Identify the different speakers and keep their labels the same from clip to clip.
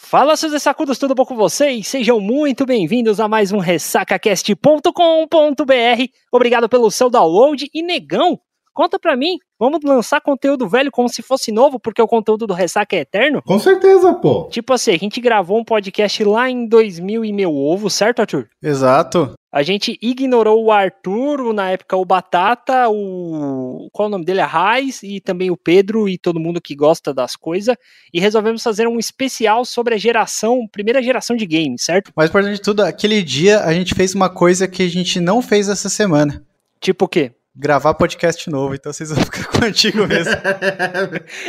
Speaker 1: Fala, seus ressacudos, tudo bom com vocês? Sejam muito bem-vindos a mais um ressacacast.com.br. Obrigado pelo seu download e negão. Conta pra mim, vamos lançar conteúdo velho como se fosse novo, porque o conteúdo do Ressaca é eterno?
Speaker 2: Com certeza, pô.
Speaker 1: Tipo assim, a gente gravou um podcast lá em 2000 e meu ovo, certo, Arthur?
Speaker 3: Exato.
Speaker 1: A gente ignorou o Arthur, o- na época o Batata, o. Qual o nome dele? A Raiz e também o Pedro e todo mundo que gosta das coisas. E resolvemos fazer um especial sobre a geração, primeira geração de games, certo?
Speaker 3: Mas, por de tudo, aquele dia a gente fez uma coisa que a gente não fez essa semana.
Speaker 1: Tipo o quê?
Speaker 3: Gravar podcast novo, então vocês vão ficar com o antigo mesmo.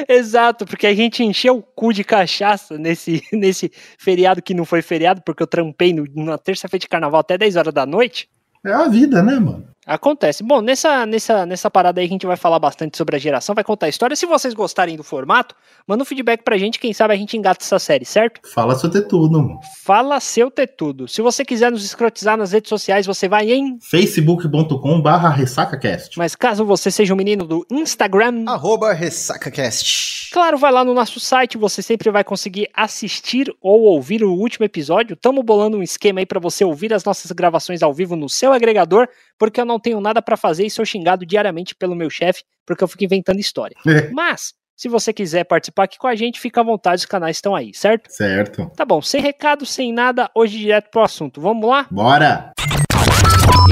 Speaker 1: Exato, porque a gente encheu o cu de cachaça nesse, nesse feriado que não foi feriado, porque eu trampei no- na terça-feira de carnaval até 10 horas da noite.
Speaker 2: É a vida, né, mano?
Speaker 1: Acontece. Bom, nessa, nessa, nessa parada aí a gente vai falar bastante sobre a geração, vai contar a história. Se vocês gostarem do formato, manda um feedback pra gente, quem sabe a gente engata essa série, certo?
Speaker 2: Fala sobre tudo, mano.
Speaker 1: Fala seu tetudo. Se você quiser nos escrotizar nas redes sociais, você vai em.
Speaker 2: facebook.com barra ressacacast.
Speaker 1: Mas caso você seja um menino do Instagram.
Speaker 3: Arroba RessacaCast.
Speaker 1: Claro, vai lá no nosso site, você sempre vai conseguir assistir ou ouvir o último episódio. Tamo bolando um esquema aí pra você ouvir as nossas gravações ao vivo no seu agregador, porque eu não tenho nada pra fazer e sou xingado diariamente pelo meu chefe, porque eu fico inventando história. Mas, se você quiser participar aqui com a gente, fica à vontade, os canais estão aí, certo?
Speaker 2: certo.
Speaker 1: Tá bom, sem recado, sem nada, hoje direto pro assunto. Vamos lá?
Speaker 2: Bora!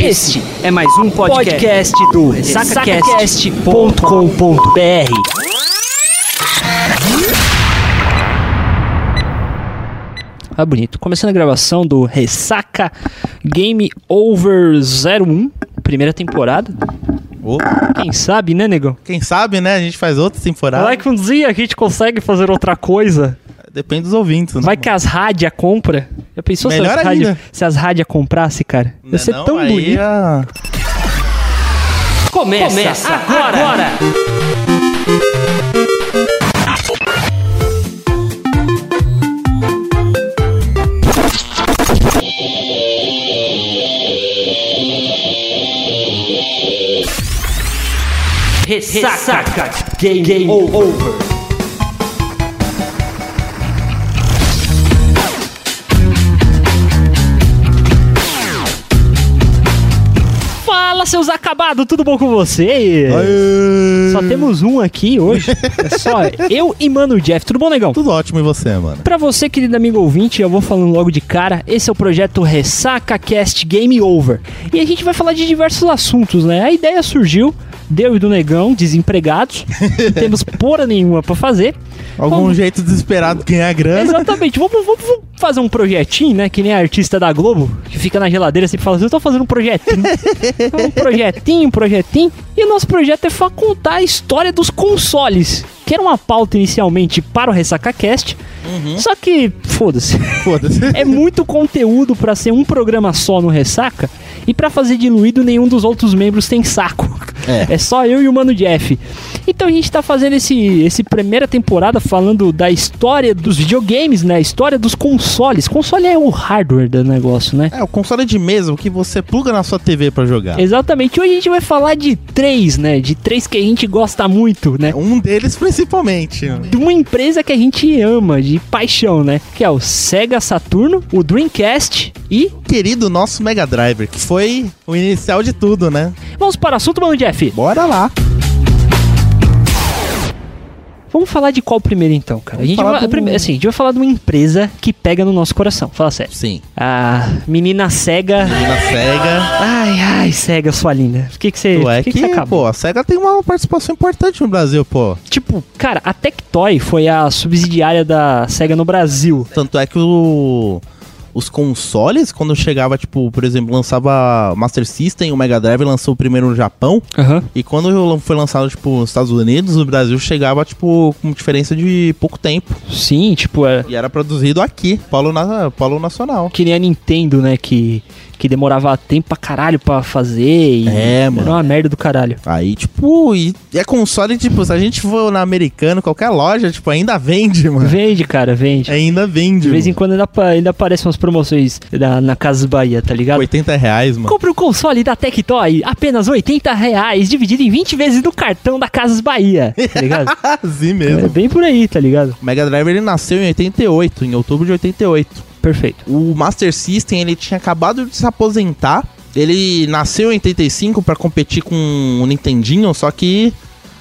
Speaker 1: Este é mais um podcast, do sacacast.com.br. Ah, bonito. Começando a gravação do Ressaca Game Over 01, primeira temporada.
Speaker 4: Ô,
Speaker 1: Quem sabe, né, negão?
Speaker 4: Quem sabe, né? A gente faz outra temporada.
Speaker 1: Vai que um dia a gente consegue fazer outra coisa.
Speaker 4: Depende dos ouvintes, né?
Speaker 1: Vai que as rádias compra. Já pensou se
Speaker 4: Melhor
Speaker 1: as rádias
Speaker 4: ainda.
Speaker 1: se as rádia comprasse, cara? Ia
Speaker 4: Né
Speaker 1: ser
Speaker 4: não?
Speaker 1: é tão
Speaker 4: Aí,
Speaker 1: bonito.
Speaker 4: ah,
Speaker 1: Começa, agora. Ressaca Game, Over. Fala, seus acabados, tudo bom com
Speaker 2: É.
Speaker 1: vocês?
Speaker 4: aê. tá
Speaker 1: Só temos um aqui hoje. É só eu e Mano Jeff. Tudo bom, negão?
Speaker 4: Tudo ótimo e você, mano?
Speaker 1: Pra você, querido amigo ouvinte, eu vou falando logo de cara, esse é o projeto Ressaca Cast Game Over. E a gente vai falar de diversos assuntos, né? A ideia surgiu, deu e do negão, desempregados, não temos porra nenhuma pra fazer.
Speaker 4: Algum
Speaker 1: Vamos-
Speaker 4: jeito desesperado de ganhar grana?
Speaker 1: Exatamente, vamos, vamos- vamos fazer um projetinho, né? Que nem a artista da Globo, que fica na geladeira sempre fala assim, eu tô fazendo um projetinho. um projetinho, um projetinho. E o nosso projeto é fa- contar a história dos consoles, que era uma pauta inicialmente para o Ressaca Cast. Só que, foda-se.
Speaker 4: Foda-se.
Speaker 1: É muito conteúdo pra ser um programa só no Ressaca e pra fazer diluído nenhum dos outros membros tem saco. É. só eu e o Mano Jeff. Então a gente tá fazendo esse, esse primeira temporada falando da história dos videogames, né? A história dos consoles. Console é o hardware do negócio, né?
Speaker 4: É, o console de mesa o que você pluga na sua TV pra jogar.
Speaker 1: Exatamente. Hoje a gente vai falar de três, né? De três que a gente gosta muito, né?
Speaker 4: Um deles, principalmente.
Speaker 1: de uma empresa que a gente ama de paixão, né? Que é o Sega Saturno, o Dreamcast e
Speaker 4: O Querido nosso Mega Driver, que foi o inicial de tudo, né?
Speaker 1: vamos para o assunto, mano Jeff.
Speaker 4: Bora lá.
Speaker 1: Vamos falar de qual primeiro então, cara? A gente,
Speaker 4: falar
Speaker 1: vai,
Speaker 4: do-
Speaker 1: prime- assim, a gente vai falar de uma empresa que pega no nosso coração, fala sério.
Speaker 4: Sim.
Speaker 1: A menina cega.
Speaker 4: E na SEGA.
Speaker 1: Ai, ai, cega, sua linda. Por que que você,
Speaker 4: Tu é
Speaker 1: por que que você
Speaker 4: que,
Speaker 1: acabou?
Speaker 4: pô, a SEGA tem uma participação importante no Brasil, pô.
Speaker 1: Tipo, cara, a Tectoy foi a subsidiária da SEGA no Brasil.
Speaker 4: Tanto é que o, os consoles, quando chegava, tipo, por exemplo, lançava Master System, o Mega Drive lançou o primeiro no Japão,
Speaker 1: Aham.
Speaker 4: e quando foi lançado, tipo, nos Estados Unidos, o Brasil chegava, tipo, com diferença de pouco tempo.
Speaker 1: Sim, tipo, é
Speaker 4: E era produzido aqui, Paulo, na, Paulo Nacional.
Speaker 1: que nem a Nintendo, né? Que, que demorava tempo pra caralho pra fazer. E
Speaker 4: É,
Speaker 1: Era
Speaker 4: mano.
Speaker 1: uma merda do caralho.
Speaker 4: Aí, tipo, e é console, tipo, se a gente for na americana, qualquer loja, tipo, ainda vende, mano.
Speaker 1: Vende, cara, vende.
Speaker 4: Ainda vende.
Speaker 1: De vez em
Speaker 4: mano.
Speaker 1: quando ainda, apa- ainda aparecem umas promoções na, na Casas Bahia, tá ligado?
Speaker 4: 80 reais, mano.
Speaker 1: Compre o console da Tectoy, apenas 80 reais, dividido em 20 vezes no cartão da Casas Bahia, tá ligado?
Speaker 4: Assim
Speaker 1: é
Speaker 4: mesmo.
Speaker 1: bem por aí, tá ligado?
Speaker 4: O Mega Drive ele nasceu em 88, em outubro de 88.
Speaker 1: Perfeito.
Speaker 4: O Master System ele tinha acabado de se aposentar. Ele nasceu em 85 pra competir com o Nintendinho, só que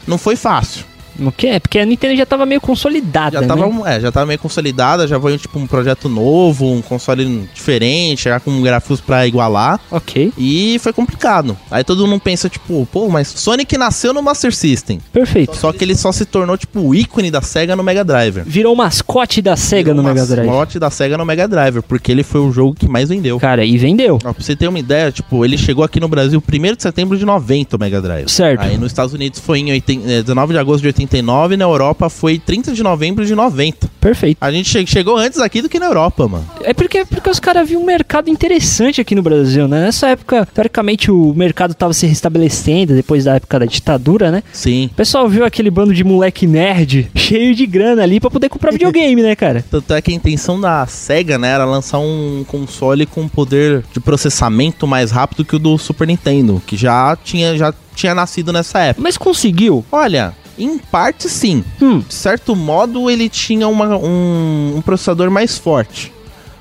Speaker 4: não foi fácil.
Speaker 1: O que é? Porque a Nintendo já tava meio consolidada,
Speaker 4: Já tava,
Speaker 1: né?
Speaker 4: é, já tava meio consolidada, já foi tipo um projeto novo, um console diferente, já com gráficos pra igualar.
Speaker 1: Ok,
Speaker 4: E foi complicado. Aí todo mundo pensa, tipo, pô, mas Sonic nasceu no Master System.
Speaker 1: perfeito.
Speaker 4: Só que ele só se tornou, tipo, o ícone da SEGA no Mega Drive.
Speaker 1: Virou o mascote da SEGA no Mega Drive.
Speaker 4: um mascote da SEGA no Mega Drive, porque ele foi o jogo que mais vendeu.
Speaker 1: Cara, e vendeu.
Speaker 4: Ó, pra você ter uma ideia, tipo, ele chegou aqui no Brasil 1 de setembro de 90, o Mega Drive.
Speaker 1: Certo.
Speaker 4: Aí nos Estados Unidos foi em 80 eh, 19 de agosto de 89, e na Europa foi 30 de novembro de 90.
Speaker 1: Perfeito.
Speaker 4: A gente che- chegou antes aqui do que na Europa, mano.
Speaker 1: É porque, porque os caras viam um mercado interessante aqui no Brasil, né? Nessa época, teoricamente, o mercado tava se restabelecendo depois da época da ditadura, né?
Speaker 4: Sim.
Speaker 1: O pessoal viu aquele bando de moleque nerd cheio de grana ali pra poder comprar videogame, né, cara?
Speaker 4: Tanto é que a intenção da SEGA, né, era lançar um console com poder de processamento mais rápido que o do Super Nintendo, que já tinha, já tinha nascido nessa época.
Speaker 1: Mas conseguiu.
Speaker 4: Olha, em parte sim.
Speaker 1: Hum.
Speaker 4: De certo modo, ele tinha uma- um, um processador mais forte.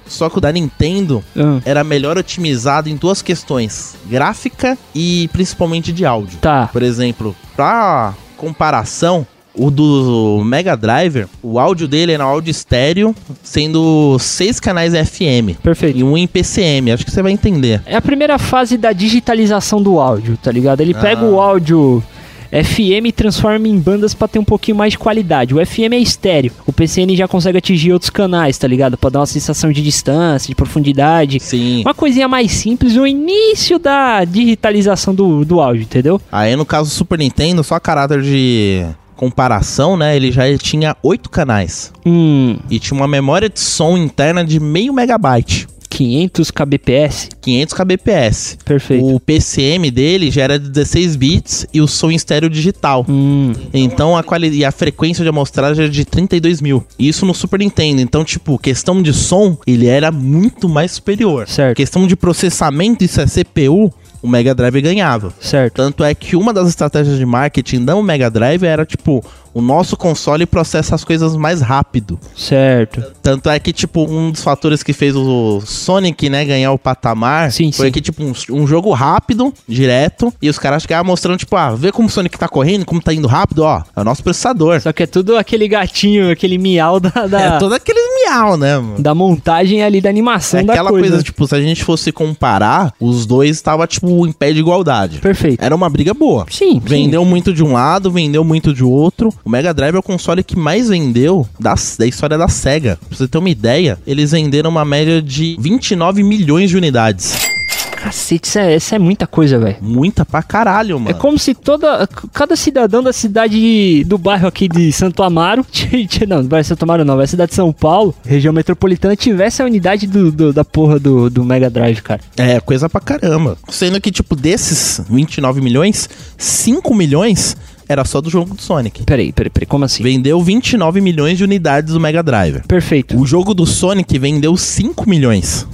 Speaker 4: Só que o da Nintendo
Speaker 1: Ah,
Speaker 4: era melhor otimizado em duas questões: gráfica e principalmente de áudio.
Speaker 1: tá.
Speaker 4: Por exemplo, pra comparação, o do Mega Drive, o áudio dele era áudio estéreo, sendo seis canais FM
Speaker 1: Perfeito.
Speaker 4: e um em PCM. Acho que você vai entender.
Speaker 1: É a primeira fase da digitalização do áudio, tá ligado? Ele pega
Speaker 4: Ah.
Speaker 1: o áudio FM e transforma em bandas pra ter um pouquinho mais de qualidade. O FM é estéreo, o PCN já consegue atingir outros canais, tá ligado? Pra dar uma sensação de distância, de profundidade.
Speaker 4: Sim.
Speaker 1: Uma coisinha mais simples, o início da digitalização do, do áudio, entendeu?
Speaker 4: Aí no caso do Super Nintendo, só a caráter de comparação, né? Ele já tinha oito canais.
Speaker 1: Hum,
Speaker 4: e tinha uma memória de som interna de meio megabyte,
Speaker 1: 500 kbps,
Speaker 4: 500 kbps.
Speaker 1: perfeito.
Speaker 4: O PCM dele já era de 16 bits e o som estéreo digital.
Speaker 1: Hum,
Speaker 4: Então a qualidade e a frequência de amostragem era de 32 mil. Isso no Super Nintendo. Então, tipo, questão de som, ele era muito mais superior.
Speaker 1: Certo.
Speaker 4: Questão de processamento, isso é CPU, o Mega Drive ganhava.
Speaker 1: certo.
Speaker 4: Tanto é que uma das estratégias de marketing da Mega Drive era, tipo, o nosso console processa as coisas mais rápido.
Speaker 1: Certo.
Speaker 4: Tanto é que, tipo, um dos fatores que fez o Sonic, né, ganhar o patamar
Speaker 1: Sim,
Speaker 4: foi
Speaker 1: sim.
Speaker 4: que, tipo, um, um jogo rápido, direto, e os caras ficavam mostrando, tipo, ah, vê como o Sonic tá correndo, como tá indo rápido, ó, é o nosso processador.
Speaker 1: Só que é tudo aquele gatinho, aquele miau da, da,
Speaker 4: É todo aquele miau, né, mano?
Speaker 1: da montagem ali da animação
Speaker 4: É
Speaker 1: da
Speaker 4: aquela
Speaker 1: coisa.
Speaker 4: coisa, tipo, se a gente fosse comparar, os dois estavam, tipo, em pé de igualdade.
Speaker 1: Perfeito.
Speaker 4: Era uma briga boa.
Speaker 1: Sim,
Speaker 4: Vendeu muito de um lado, vendeu muito de outro. O Mega Drive é o console que mais vendeu da, da história da SEGA. Pra você ter uma ideia, eles venderam uma média de 29 milhões de unidades.
Speaker 1: Sim. Cacete, isso é, isso é muita coisa, velho.
Speaker 4: Muita pra caralho, mano.
Speaker 1: É como se toda, cada cidadão da cidade do bairro aqui de Santo Amaro, ti- ti- não, do bairro de Santo Amaro não, da cidade de São Paulo, região metropolitana, tivesse a unidade do, do- da porra do, do Mega Drive, cara.
Speaker 4: É, coisa pra caramba. Sendo que, tipo, desses 29 milhões, 5 milhões era só do jogo do Sonic.
Speaker 1: Peraí, peraí, peraí, como assim?
Speaker 4: Vendeu 29 milhões de unidades do Mega Drive.
Speaker 1: Perfeito.
Speaker 4: O jogo do Sonic vendeu 5 milhões.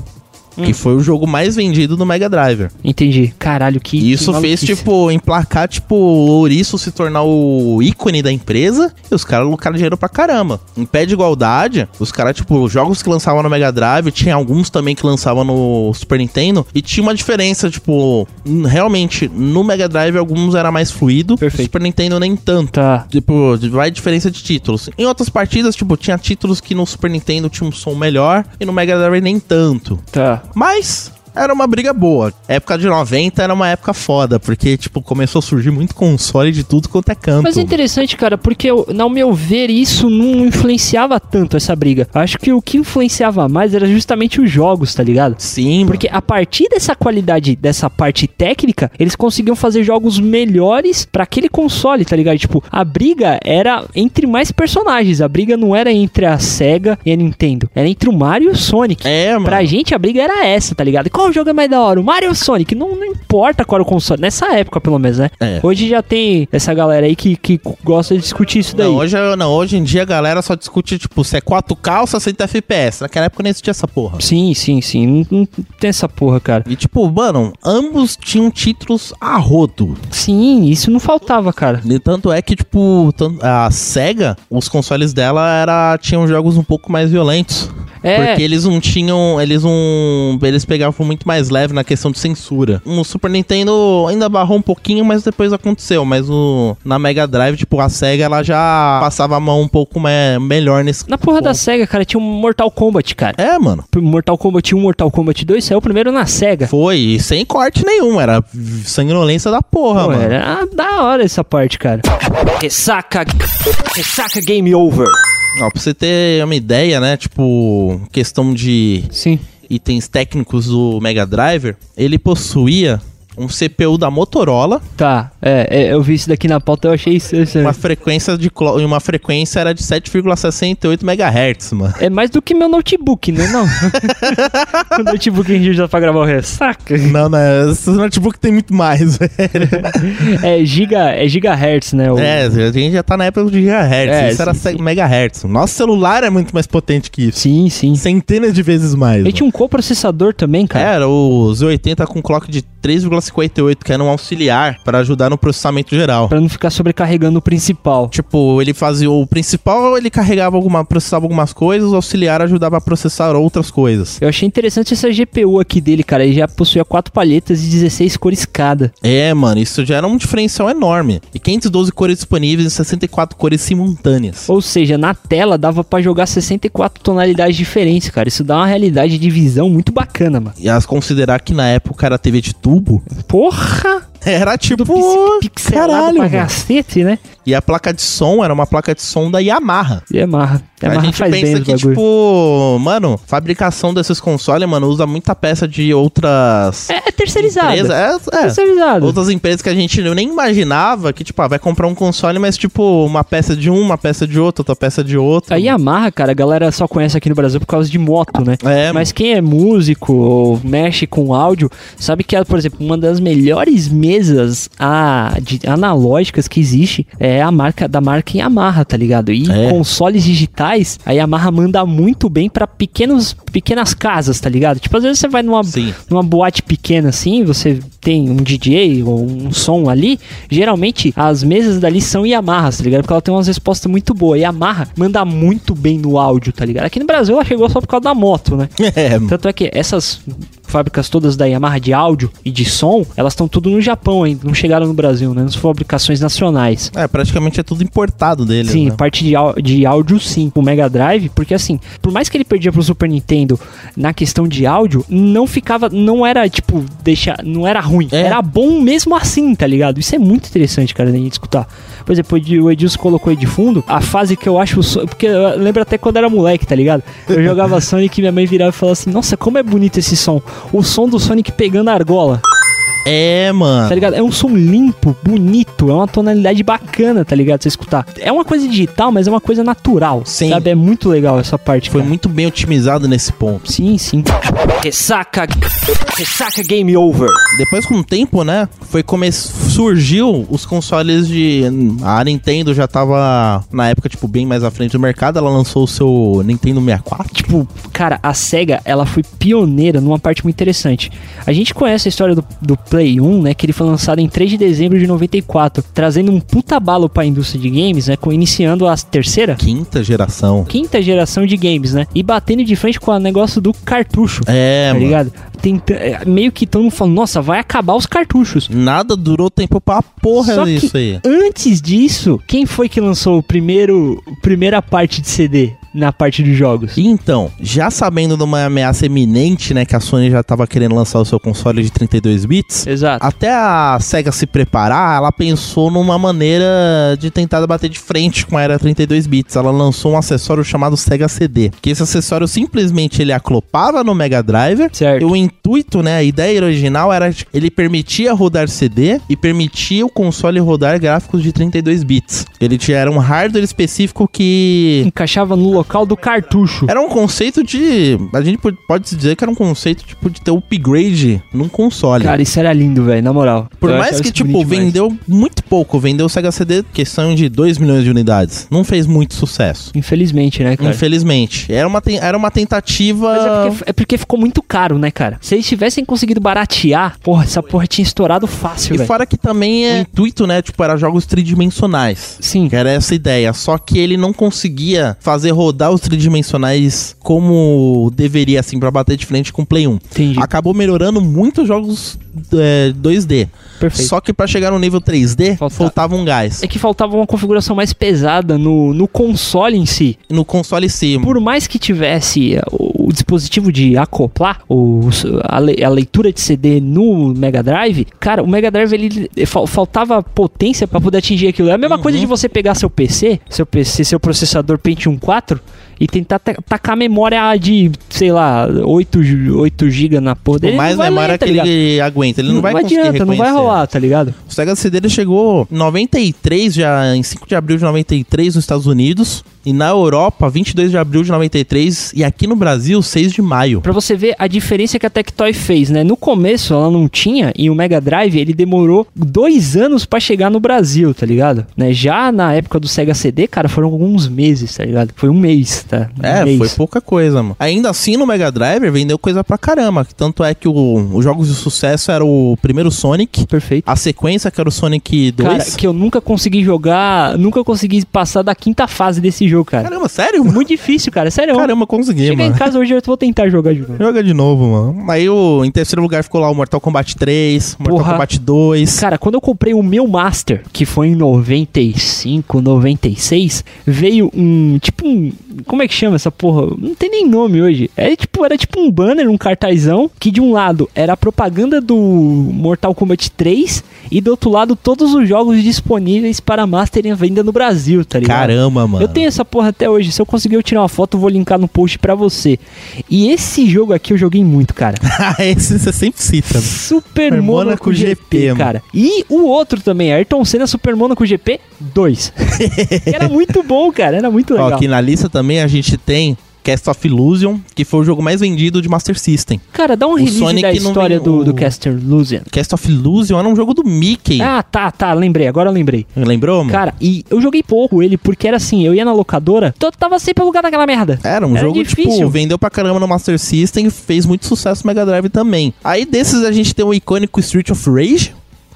Speaker 1: Hum.
Speaker 4: Que foi o jogo mais vendido do Mega Drive.
Speaker 1: Entendi. Caralho, que.
Speaker 4: E isso
Speaker 1: que
Speaker 4: fez,
Speaker 1: maluquice.
Speaker 4: tipo, emplacar, tipo, o Ouriço se tornar o ícone da empresa e os caras lucraram dinheiro pra caramba. Em pé de igualdade, os caras, tipo, os jogos que lançavam no Mega Drive, tinha alguns também que lançavam no Super Nintendo, e tinha uma diferença, tipo, n- realmente, no Mega Drive alguns era mais fluido,
Speaker 1: Perfeito.
Speaker 4: no Super Nintendo nem tanto.
Speaker 1: Tá.
Speaker 4: Tipo, vai diferença de títulos. Em outras partidas, tipo, tinha títulos que no Super Nintendo tinha um som melhor e no Mega Drive nem tanto.
Speaker 1: Tá.
Speaker 4: Mas era uma briga boa. A época de 90 era uma época foda, porque, tipo, começou a surgir muito console de tudo quanto é canto.
Speaker 1: Mas é interessante, cara, porque eu, ao meu ver, isso não influenciava tanto essa briga. Acho que o que influenciava mais era justamente os jogos, tá ligado?
Speaker 4: Sim,
Speaker 1: Porque a partir dessa qualidade, dessa parte técnica, eles conseguiam fazer jogos melhores pra aquele console, tá ligado? Tipo, a briga era entre mais personagens. A briga não era entre a SEGA e a Nintendo. Era entre o Mario e o Sonic.
Speaker 4: É, mano.
Speaker 1: Pra gente, a briga era essa, tá ligado? Qual jogo é mais da hora? O Mario ou o Sonic? Não, não importa qual era o console. Nessa época, pelo menos, né?
Speaker 4: É.
Speaker 1: Hoje já tem essa galera aí que, que gosta de discutir isso daí.
Speaker 4: Não, hoje, eu- não, hoje em dia a galera só discute, tipo, se é 4K ou 60 FPS. Naquela época nem existia essa porra.
Speaker 1: Sim, sim, sim. Não, não tem essa porra, cara.
Speaker 4: E, tipo, mano, ambos tinham títulos a rodo.
Speaker 1: Sim, isso não faltava, cara.
Speaker 4: E tanto é que, tipo, tan- a SEGA, os consoles dela era, tinham jogos um pouco mais violentos.
Speaker 1: É.
Speaker 4: Porque eles não tinham. Eles não. Eles pegavam muito mais leve na questão de censura. O Super Nintendo ainda barrou um pouquinho, mas depois aconteceu. Mas o, na Mega Drive, tipo, a SEGA ela já passava a mão um pouco me- melhor nesse.
Speaker 1: Na porra da
Speaker 4: ponto.
Speaker 1: SEGA, cara, tinha um Mortal Kombat, cara.
Speaker 4: É, mano.
Speaker 1: Mortal Kombat 1, Mortal Kombat 2 saiu primeiro na SEGA.
Speaker 4: Foi, e sem corte nenhum, era sanguinolência da porra,
Speaker 1: Pô, é.
Speaker 4: mano.
Speaker 1: era ah, da hora essa parte, cara. Ressaca. Ressaca game over.
Speaker 4: Ó, pra você ter uma ideia, né? Tipo, questão de
Speaker 1: Sim.
Speaker 4: itens técnicos do Mega Driver, ele possuía um CPU da Motorola,
Speaker 1: Tá, é, é, eu vi isso daqui na pauta, eu achei isso. isso-
Speaker 4: uma frequência de clo- e uma frequência era de 7,68 MHz, mano.
Speaker 1: É mais do que meu notebook, né? Não. o notebook que a gente usa pra gravar o ressaca.
Speaker 4: Não, não, esse notebook tem muito mais, velho.
Speaker 1: É, giga, é gigahertz, né? o-
Speaker 4: É, a gente já tá na época de gigahertz,
Speaker 1: É,
Speaker 4: isso era
Speaker 1: sim,
Speaker 4: se- megahertz. Nosso celular é muito mais potente que isso,
Speaker 1: Sim, sim.
Speaker 4: centenas de vezes mais.
Speaker 1: Ele
Speaker 4: mano.
Speaker 1: tinha um coprocessador também, cara.
Speaker 4: Era o Z80 com clock de 3,58, que era um auxiliar pra ajudar no processamento geral.
Speaker 1: Pra não ficar sobrecarregando o principal.
Speaker 4: Tipo, ele fazia o principal, ele carregava alguma, processava algumas coisas, o auxiliar ajudava a processar outras coisas.
Speaker 1: Eu achei interessante essa GPU aqui dele, cara. Ele já possuía quatro palhetas e 16 cores cada.
Speaker 4: É, mano, isso já era um diferencial enorme. E 512 cores disponíveis e 64 cores simultâneas.
Speaker 1: Ou seja, na tela dava pra jogar 64 tonalidades diferentes, cara. Isso dá uma realidade de visão muito bacana, mano.
Speaker 4: E as considerar que na época era TV de tubo,
Speaker 1: Porra!
Speaker 4: era tipo.
Speaker 1: Pix- pixelado
Speaker 4: caralho,
Speaker 1: pra
Speaker 4: mano.
Speaker 1: cacete, né?
Speaker 4: E a placa de som era uma placa de som da Yamaha.
Speaker 1: E é amarra.
Speaker 4: a
Speaker 1: Amarra
Speaker 4: gente
Speaker 1: faz bem
Speaker 4: pensa
Speaker 1: os
Speaker 4: que,
Speaker 1: bagulho.
Speaker 4: tipo, mano, fabricação desses consoles, mano, usa muita peça de outras.
Speaker 1: É, é terceirizado.
Speaker 4: empresas. É, é.
Speaker 1: Terceirizado.
Speaker 4: Outras empresas que a gente nem imaginava que, tipo, ah, vai comprar um console, mas, tipo, uma peça de um, uma peça de outra, outra peça de outra.
Speaker 1: Tá A Yamaha, cara, a galera só conhece aqui no Brasil por causa de moto, né?
Speaker 4: É,
Speaker 1: Mas quem é músico ou mexe com áudio, sabe que, por exemplo, uma das melhores mesas a- de- analógicas que existe é a marca da marca Yamaha, tá ligado? E
Speaker 4: É.
Speaker 1: consoles digitais, a Yamaha manda muito bem pra pequenos pequenas casas, tá ligado? Tipo, às vezes você vai numa
Speaker 4: Sim.
Speaker 1: numa boate pequena assim, você tem um DJ ou um som ali, geralmente as mesas dali são Yamaha, tá ligado? Porque ela tem umas respostas muito boas. E a Yamaha manda muito bem no áudio, tá ligado? Aqui no Brasil ela chegou só por causa da moto, né?
Speaker 4: É, mano.
Speaker 1: Tanto é que essas fábricas todas da Yamaha de áudio e de som, elas estão tudo no Japão ainda, não chegaram no Brasil, né? Nas fabricações nacionais.
Speaker 4: É, praticamente é tudo importado dele.
Speaker 1: Sim,
Speaker 4: né?
Speaker 1: parte de, au- de áudio sim, o Mega Drive, porque assim, por mais que ele perdia pro Super Nintendo na questão de áudio, não ficava, não era tipo, deixa, não era ruim,
Speaker 4: É.
Speaker 1: era bom mesmo assim, tá ligado? Isso é muito interessante, cara, da gente escutar. Por exemplo, o Edi- o Edilson colocou aí de fundo a fase que eu acho. so- Porque eu lembro até quando era moleque, tá ligado? Eu jogava Sonic e minha mãe virava e falava assim: Nossa, como é bonito esse som. O som do Sonic pegando a argola.
Speaker 4: É, mano.
Speaker 1: Tá ligado? É um som limpo, bonito, é uma tonalidade bacana, tá ligado? Você escutar. É uma coisa digital, mas é uma coisa natural.
Speaker 4: Sim.
Speaker 1: Sabe? É muito legal essa parte.
Speaker 4: Foi
Speaker 1: cara.
Speaker 4: muito bem otimizado nesse ponto.
Speaker 1: Sim, sim. Ressaca. Ressaca game over.
Speaker 4: Depois, com o tempo, né? Foi come... Surgiu os consoles de. A Nintendo já tava, na época, tipo, bem mais à frente do mercado. Ela lançou o seu Nintendo 64.
Speaker 1: Tipo, cara, a SEGA, ela foi pioneira numa parte muito interessante. A gente conhece a história do, do Play 1, né? Que ele foi lançado em 3 de dezembro de 94, trazendo um puta balo pra indústria de games, né? Com, iniciando a terceira,
Speaker 4: Quinta geração.
Speaker 1: quinta geração de games, né? E batendo de frente com o negócio do cartucho.
Speaker 4: É,
Speaker 1: tá
Speaker 4: mano.
Speaker 1: ligado? Tem t- é, meio que todo mundo falando, nossa, vai acabar os cartuchos.
Speaker 4: Nada durou tempo pra porra
Speaker 1: Só
Speaker 4: disso
Speaker 1: que
Speaker 4: aí.
Speaker 1: Antes disso, quem foi que lançou o primeiro, a primeira parte de CD? na parte de jogos.
Speaker 4: Então, já sabendo de uma ameaça iminente, né, que a Sony já tava querendo lançar o seu console de 32 bits,
Speaker 1: Exato.
Speaker 4: até a SEGA se preparar, ela pensou numa maneira de tentar bater de frente com a era 32 bits. Ela lançou um acessório chamado Sega CD, que esse acessório simplesmente ele aclopava no Mega Driver
Speaker 1: Certo.
Speaker 4: e o intuito, né, a ideia original era de- ele permitia rodar CD e permitia o console rodar gráficos de 32 bits. Ele tinha era um hardware específico que
Speaker 1: Encaixava no local do cartucho.
Speaker 4: era um conceito de, a gente pode- pode se dizer que era um conceito tipo de ter upgrade num console.
Speaker 1: Cara, isso era lindo, velho, na moral.
Speaker 4: Por
Speaker 1: Eu
Speaker 4: mais
Speaker 1: achava
Speaker 4: que,
Speaker 1: isso
Speaker 4: tipo,
Speaker 1: bonito demais.
Speaker 4: vendeu muito pouco, vendeu o Sega CD questão de 2 milhões de unidades. Não fez muito sucesso.
Speaker 1: Infelizmente,
Speaker 4: É.
Speaker 1: né, cara?
Speaker 4: Infelizmente. Era uma, ten- era uma tentativa.
Speaker 1: Mas é porque, é porque ficou muito caro, né, cara? Se eles tivessem conseguido baratear, porra, essa porra tinha estourado fácil,
Speaker 4: E
Speaker 1: velho.
Speaker 4: fora que também é... o intuito, né? Tipo, era jogos tridimensionais.
Speaker 1: Sim.
Speaker 4: Que era essa ideia. Só que ele não conseguia fazer rodar os tridimensionais como deveria, assim, pra bater de frente com o Play 1.
Speaker 1: Entendi.
Speaker 4: Acabou melhorando muito os jogos é, 2D.
Speaker 1: Perfeito.
Speaker 4: Só que pra chegar no nível 3D,
Speaker 1: Falta-
Speaker 4: faltava um gás.
Speaker 1: É que faltava uma configuração mais pesada no, no console em si.
Speaker 4: No console sim.
Speaker 1: Por mais que tivesse eh, o, o dispositivo de acoplar o, a, le- a leitura de CD no Mega Drive, cara, o Mega Drive ele, ele fal- faltava potência pra poder atingir aquilo. É a mesma
Speaker 4: Uhum.
Speaker 1: coisa de você pegar seu PC, seu PC, seu processador Pentium 4 e tentar ta- tacar memória de, sei lá, 8, gi- 8 GB na porra
Speaker 4: Por
Speaker 1: dele.
Speaker 4: Tipo, mais
Speaker 1: não vai
Speaker 4: memória
Speaker 1: ler, tá
Speaker 4: que
Speaker 1: ligado?
Speaker 4: ele aguenta, ele não, vai conseguir
Speaker 1: adianta, não vai
Speaker 4: reconhecer.
Speaker 1: rolar, tá ligado?
Speaker 4: O Sega CD ele chegou em 93, já em 5 de abril de 93 nos Estados Unidos, e na Europa 22 de abril de 93 e aqui no Brasil 6 de maio.
Speaker 1: Pra você ver a diferença que a Tectoy fez, né? No começo ela não tinha e o Mega Drive ele demorou dois anos pra chegar no Brasil, tá ligado? Né? Já na época do Sega CD, cara, foram alguns meses, tá ligado? Foi um mês, tá? Um
Speaker 4: É,
Speaker 1: mês.
Speaker 4: foi pouca coisa, mano. Ainda assim, no Mega Driver vendeu coisa pra caramba. que Tanto é que o- os jogos de sucesso era o primeiro Sonic,
Speaker 1: Perfeito.
Speaker 4: a sequência que era o Sonic 2.
Speaker 1: Cara, que eu nunca consegui jogar, nunca consegui passar da quinta fase desse jogo, cara.
Speaker 4: Caramba, sério? mano?
Speaker 1: Muito difícil, cara, sério.
Speaker 4: Caramba, consegui,
Speaker 1: Chega
Speaker 4: mano.
Speaker 1: em casa hoje eu vou tentar jogar de novo.
Speaker 4: Joga de novo, mano. Aí o, em terceiro lugar ficou lá o Mortal Kombat 3, Mortal
Speaker 1: Porra.
Speaker 4: Kombat 2.
Speaker 1: Cara, quando eu comprei o meu Master, que foi em 95, 96, veio um. Tipo um. Como é que chama essa porra? Não tem nem nome hoje. É tipo, era tipo um banner, um cartazão, que de um lado era a propaganda do Mortal Kombat 3 e do outro lado todos os jogos disponíveis para Master em venda no Brasil, tá ligado?
Speaker 4: Caramba, mano.
Speaker 1: Eu tenho essa porra até hoje. Se eu conseguir eu tirar uma foto, eu vou linkar no post pra você. E esse jogo aqui eu joguei muito, cara.
Speaker 4: Ah, Esse você sempre cita. né?
Speaker 1: Super
Speaker 4: Super
Speaker 1: Monaco
Speaker 4: Monaco
Speaker 1: GP,
Speaker 4: GP,
Speaker 1: cara. E o outro também, Ayrton Senna Super Monaco GP 2. era muito bom, cara. Era muito
Speaker 4: Ó,
Speaker 1: legal.
Speaker 4: aqui na lista também a gente tem Cast of Illusion, que foi o jogo mais vendido de Master System.
Speaker 1: Cara, dá um
Speaker 4: o
Speaker 1: release
Speaker 4: Sonic
Speaker 1: da
Speaker 4: não
Speaker 1: história
Speaker 4: vem-
Speaker 1: do, do
Speaker 4: o-
Speaker 1: Caster Lucian.
Speaker 4: Cast of Illusion era um jogo do Mickey.
Speaker 1: Ah, tá, tá. Lembrei, agora eu lembrei.
Speaker 4: Lembrou, mano?
Speaker 1: Cara, e eu joguei pouco ele, porque era assim, eu ia na locadora, tô- tava sempre alugado aquela merda.
Speaker 4: Era um
Speaker 1: era
Speaker 4: jogo,
Speaker 1: difícil.
Speaker 4: tipo, vendeu pra caramba no Master System e fez muito sucesso no Mega Drive também. Aí desses a gente tem o icônico Street of Rage,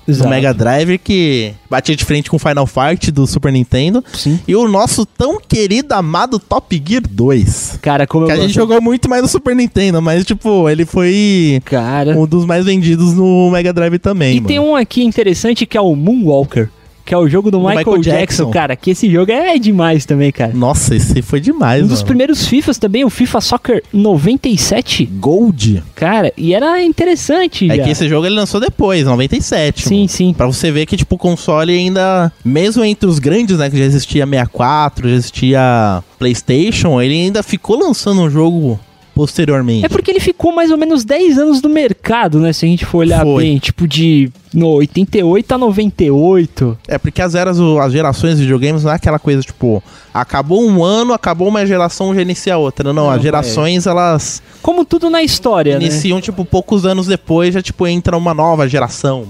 Speaker 4: do
Speaker 1: Exato.
Speaker 4: Mega Drive, que batia de frente com o Final Fight do Super Nintendo.
Speaker 1: Sim.
Speaker 4: E o nosso tão querido, amado Top Gear 2.
Speaker 1: Cara, como
Speaker 4: Que
Speaker 1: eu
Speaker 4: a gente
Speaker 1: gosto.
Speaker 4: jogou muito mais no Super Nintendo, mas, tipo, ele foi
Speaker 1: Cara.
Speaker 4: um dos mais vendidos no Mega Drive também,
Speaker 1: E
Speaker 4: mano.
Speaker 1: tem um aqui interessante que é o Moonwalker, que é o jogo do, Michael,
Speaker 4: Michael
Speaker 1: Jackson,
Speaker 4: Jackson.
Speaker 1: cara. Que esse jogo é demais também, cara.
Speaker 4: Nossa, esse foi demais,
Speaker 1: Um
Speaker 4: mano.
Speaker 1: dos primeiros FIFAs também, o FIFA Soccer 97.
Speaker 4: Gold.
Speaker 1: Cara, e era interessante.
Speaker 4: É
Speaker 1: já.
Speaker 4: que esse jogo ele lançou depois, 97.
Speaker 1: Sim,
Speaker 4: mano.
Speaker 1: sim.
Speaker 4: Pra você ver que, tipo, o console ainda... Mesmo entre os grandes, né? Que já existia 64, já existia Playstation. Ele ainda ficou lançando um jogo posteriormente.
Speaker 1: É porque ele ficou mais ou menos 10 anos no mercado, né? Se a gente for olhar
Speaker 4: Foi.
Speaker 1: bem, tipo de no 88 a 98.
Speaker 4: É porque as eras, o- as gerações de videogames não é aquela coisa, tipo, acabou um ano, acabou uma geração, já inicia outra. Não, é. as gerações, elas
Speaker 1: Como tudo na história, né?
Speaker 4: iniciam, tipo, poucos anos depois, já, tipo, entra uma nova geração.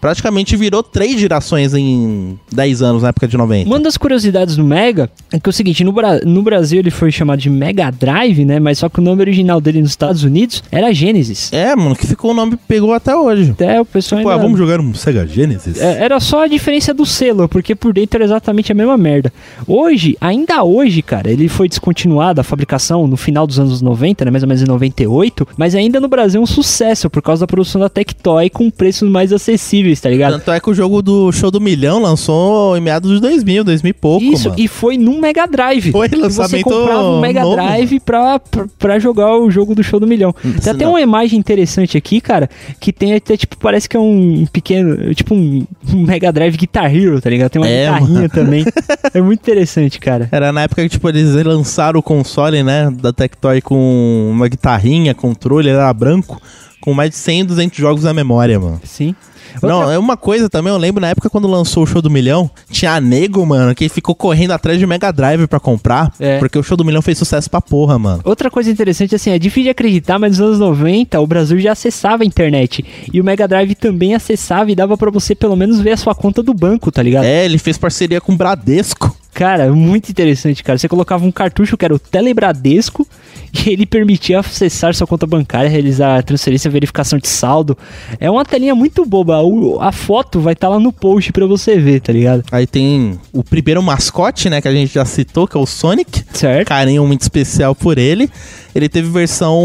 Speaker 4: Praticamente virou três gerações em 10 anos, na época de 90.
Speaker 1: Uma das curiosidades do Mega é que é o seguinte, no, Bra- no Brasil ele foi chamado de Mega Drive, né? Mas só que o nome original dele nos Estados Unidos era Genesis.
Speaker 4: É, mano, que ficou o nome que pegou até hoje.
Speaker 1: Até o pessoal
Speaker 4: Pô,
Speaker 1: ainda...
Speaker 4: vamos jogar um Sega Genesis?
Speaker 1: É, Era só a diferença do selo, porque por dentro era exatamente a mesma merda. Hoje, ainda hoje, cara, ele foi descontinuado a fabricação no final dos anos 90, né, mais ou menos em 98, mas ainda no Brasil é um sucesso por causa da produção da Tectoy com preços mais acessíveis. isso, tá ligado?
Speaker 4: Tanto é que o jogo do Show do Milhão lançou em meados de 2000, 2000 e pouco,
Speaker 1: Isso,
Speaker 4: mano.
Speaker 1: e foi num Mega Drive.
Speaker 4: Foi
Speaker 1: E você
Speaker 4: lançamento
Speaker 1: comprava um Mega
Speaker 4: novo. Hum,
Speaker 1: Drive pra, pra, pra jogar o jogo do show do milhão. Tem até
Speaker 4: não.
Speaker 1: uma imagem interessante aqui, cara, que tem até, tipo, parece que é um pequeno, tipo um, um Mega Drive Guitar Hero, tá ligado? Tem uma
Speaker 4: É,
Speaker 1: guitarrinha
Speaker 4: mano.
Speaker 1: também. É muito interessante, cara.
Speaker 4: Era na época que, tipo, eles lançaram o console, né, da Tectoy com uma guitarrinha, controle, era branco, com mais de 100, 200 jogos na memória, mano.
Speaker 1: Sim.
Speaker 4: Não, é uma coisa também, eu lembro na época quando lançou o Show do Milhão, tinha nego, mano, que ficou correndo atrás de Mega Drive pra comprar,
Speaker 1: É.
Speaker 4: porque o Show do Milhão fez sucesso pra porra, mano.
Speaker 1: Outra coisa interessante, assim, é difícil de acreditar, mas nos anos 90 o Brasil já acessava a internet. E o Mega Drive também acessava e dava pra você pelo menos ver a sua conta do banco, tá ligado?
Speaker 4: É, ele fez parceria com o Bradesco.
Speaker 1: Cara, é muito interessante, cara. Você colocava um cartucho que era o Telebradesco e ele permitia acessar sua conta bancária, realizar a transferência, verificação de saldo. É uma telinha muito boba. O- a foto vai estar lá no post pra você ver, tá ligado?
Speaker 4: Aí tem o primeiro mascote, né, que a gente já citou, que é o Sonic.
Speaker 1: Certo?
Speaker 4: Carinho muito especial por ele. Ele teve versão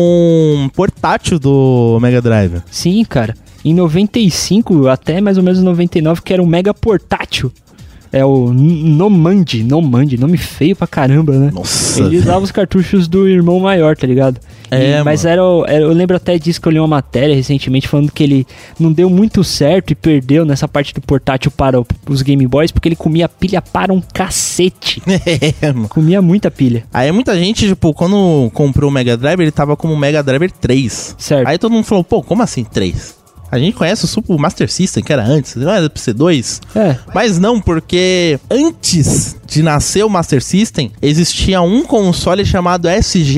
Speaker 4: portátil do Mega Drive.
Speaker 1: Sim, cara. Em 95 até mais ou menos 99 que era um mega portátil. É o N- Nomand, Nomand, nome feio pra caramba, né?
Speaker 4: Nossa.
Speaker 1: Ele usava os cartuchos do irmão maior, tá ligado?
Speaker 4: É,
Speaker 1: E- mas era, o- era- eu lembro até disso que eu li uma matéria recentemente falando que ele não deu muito certo e perdeu nessa parte do portátil para o- os Game Boys porque ele comia pilha para um cacete.
Speaker 4: É, mano.
Speaker 1: Comia muita pilha,
Speaker 4: Aí muita gente, tipo, quando comprou o Mega Drive, ele tava como Mega Drive 3.
Speaker 1: certo?
Speaker 4: Aí todo mundo falou, pô, como assim 3? A gente conhece o Super Master System, que era antes, não era pra ser 2?
Speaker 1: É,
Speaker 4: Mas não, porque antes de nascer o Master System, existia um console chamado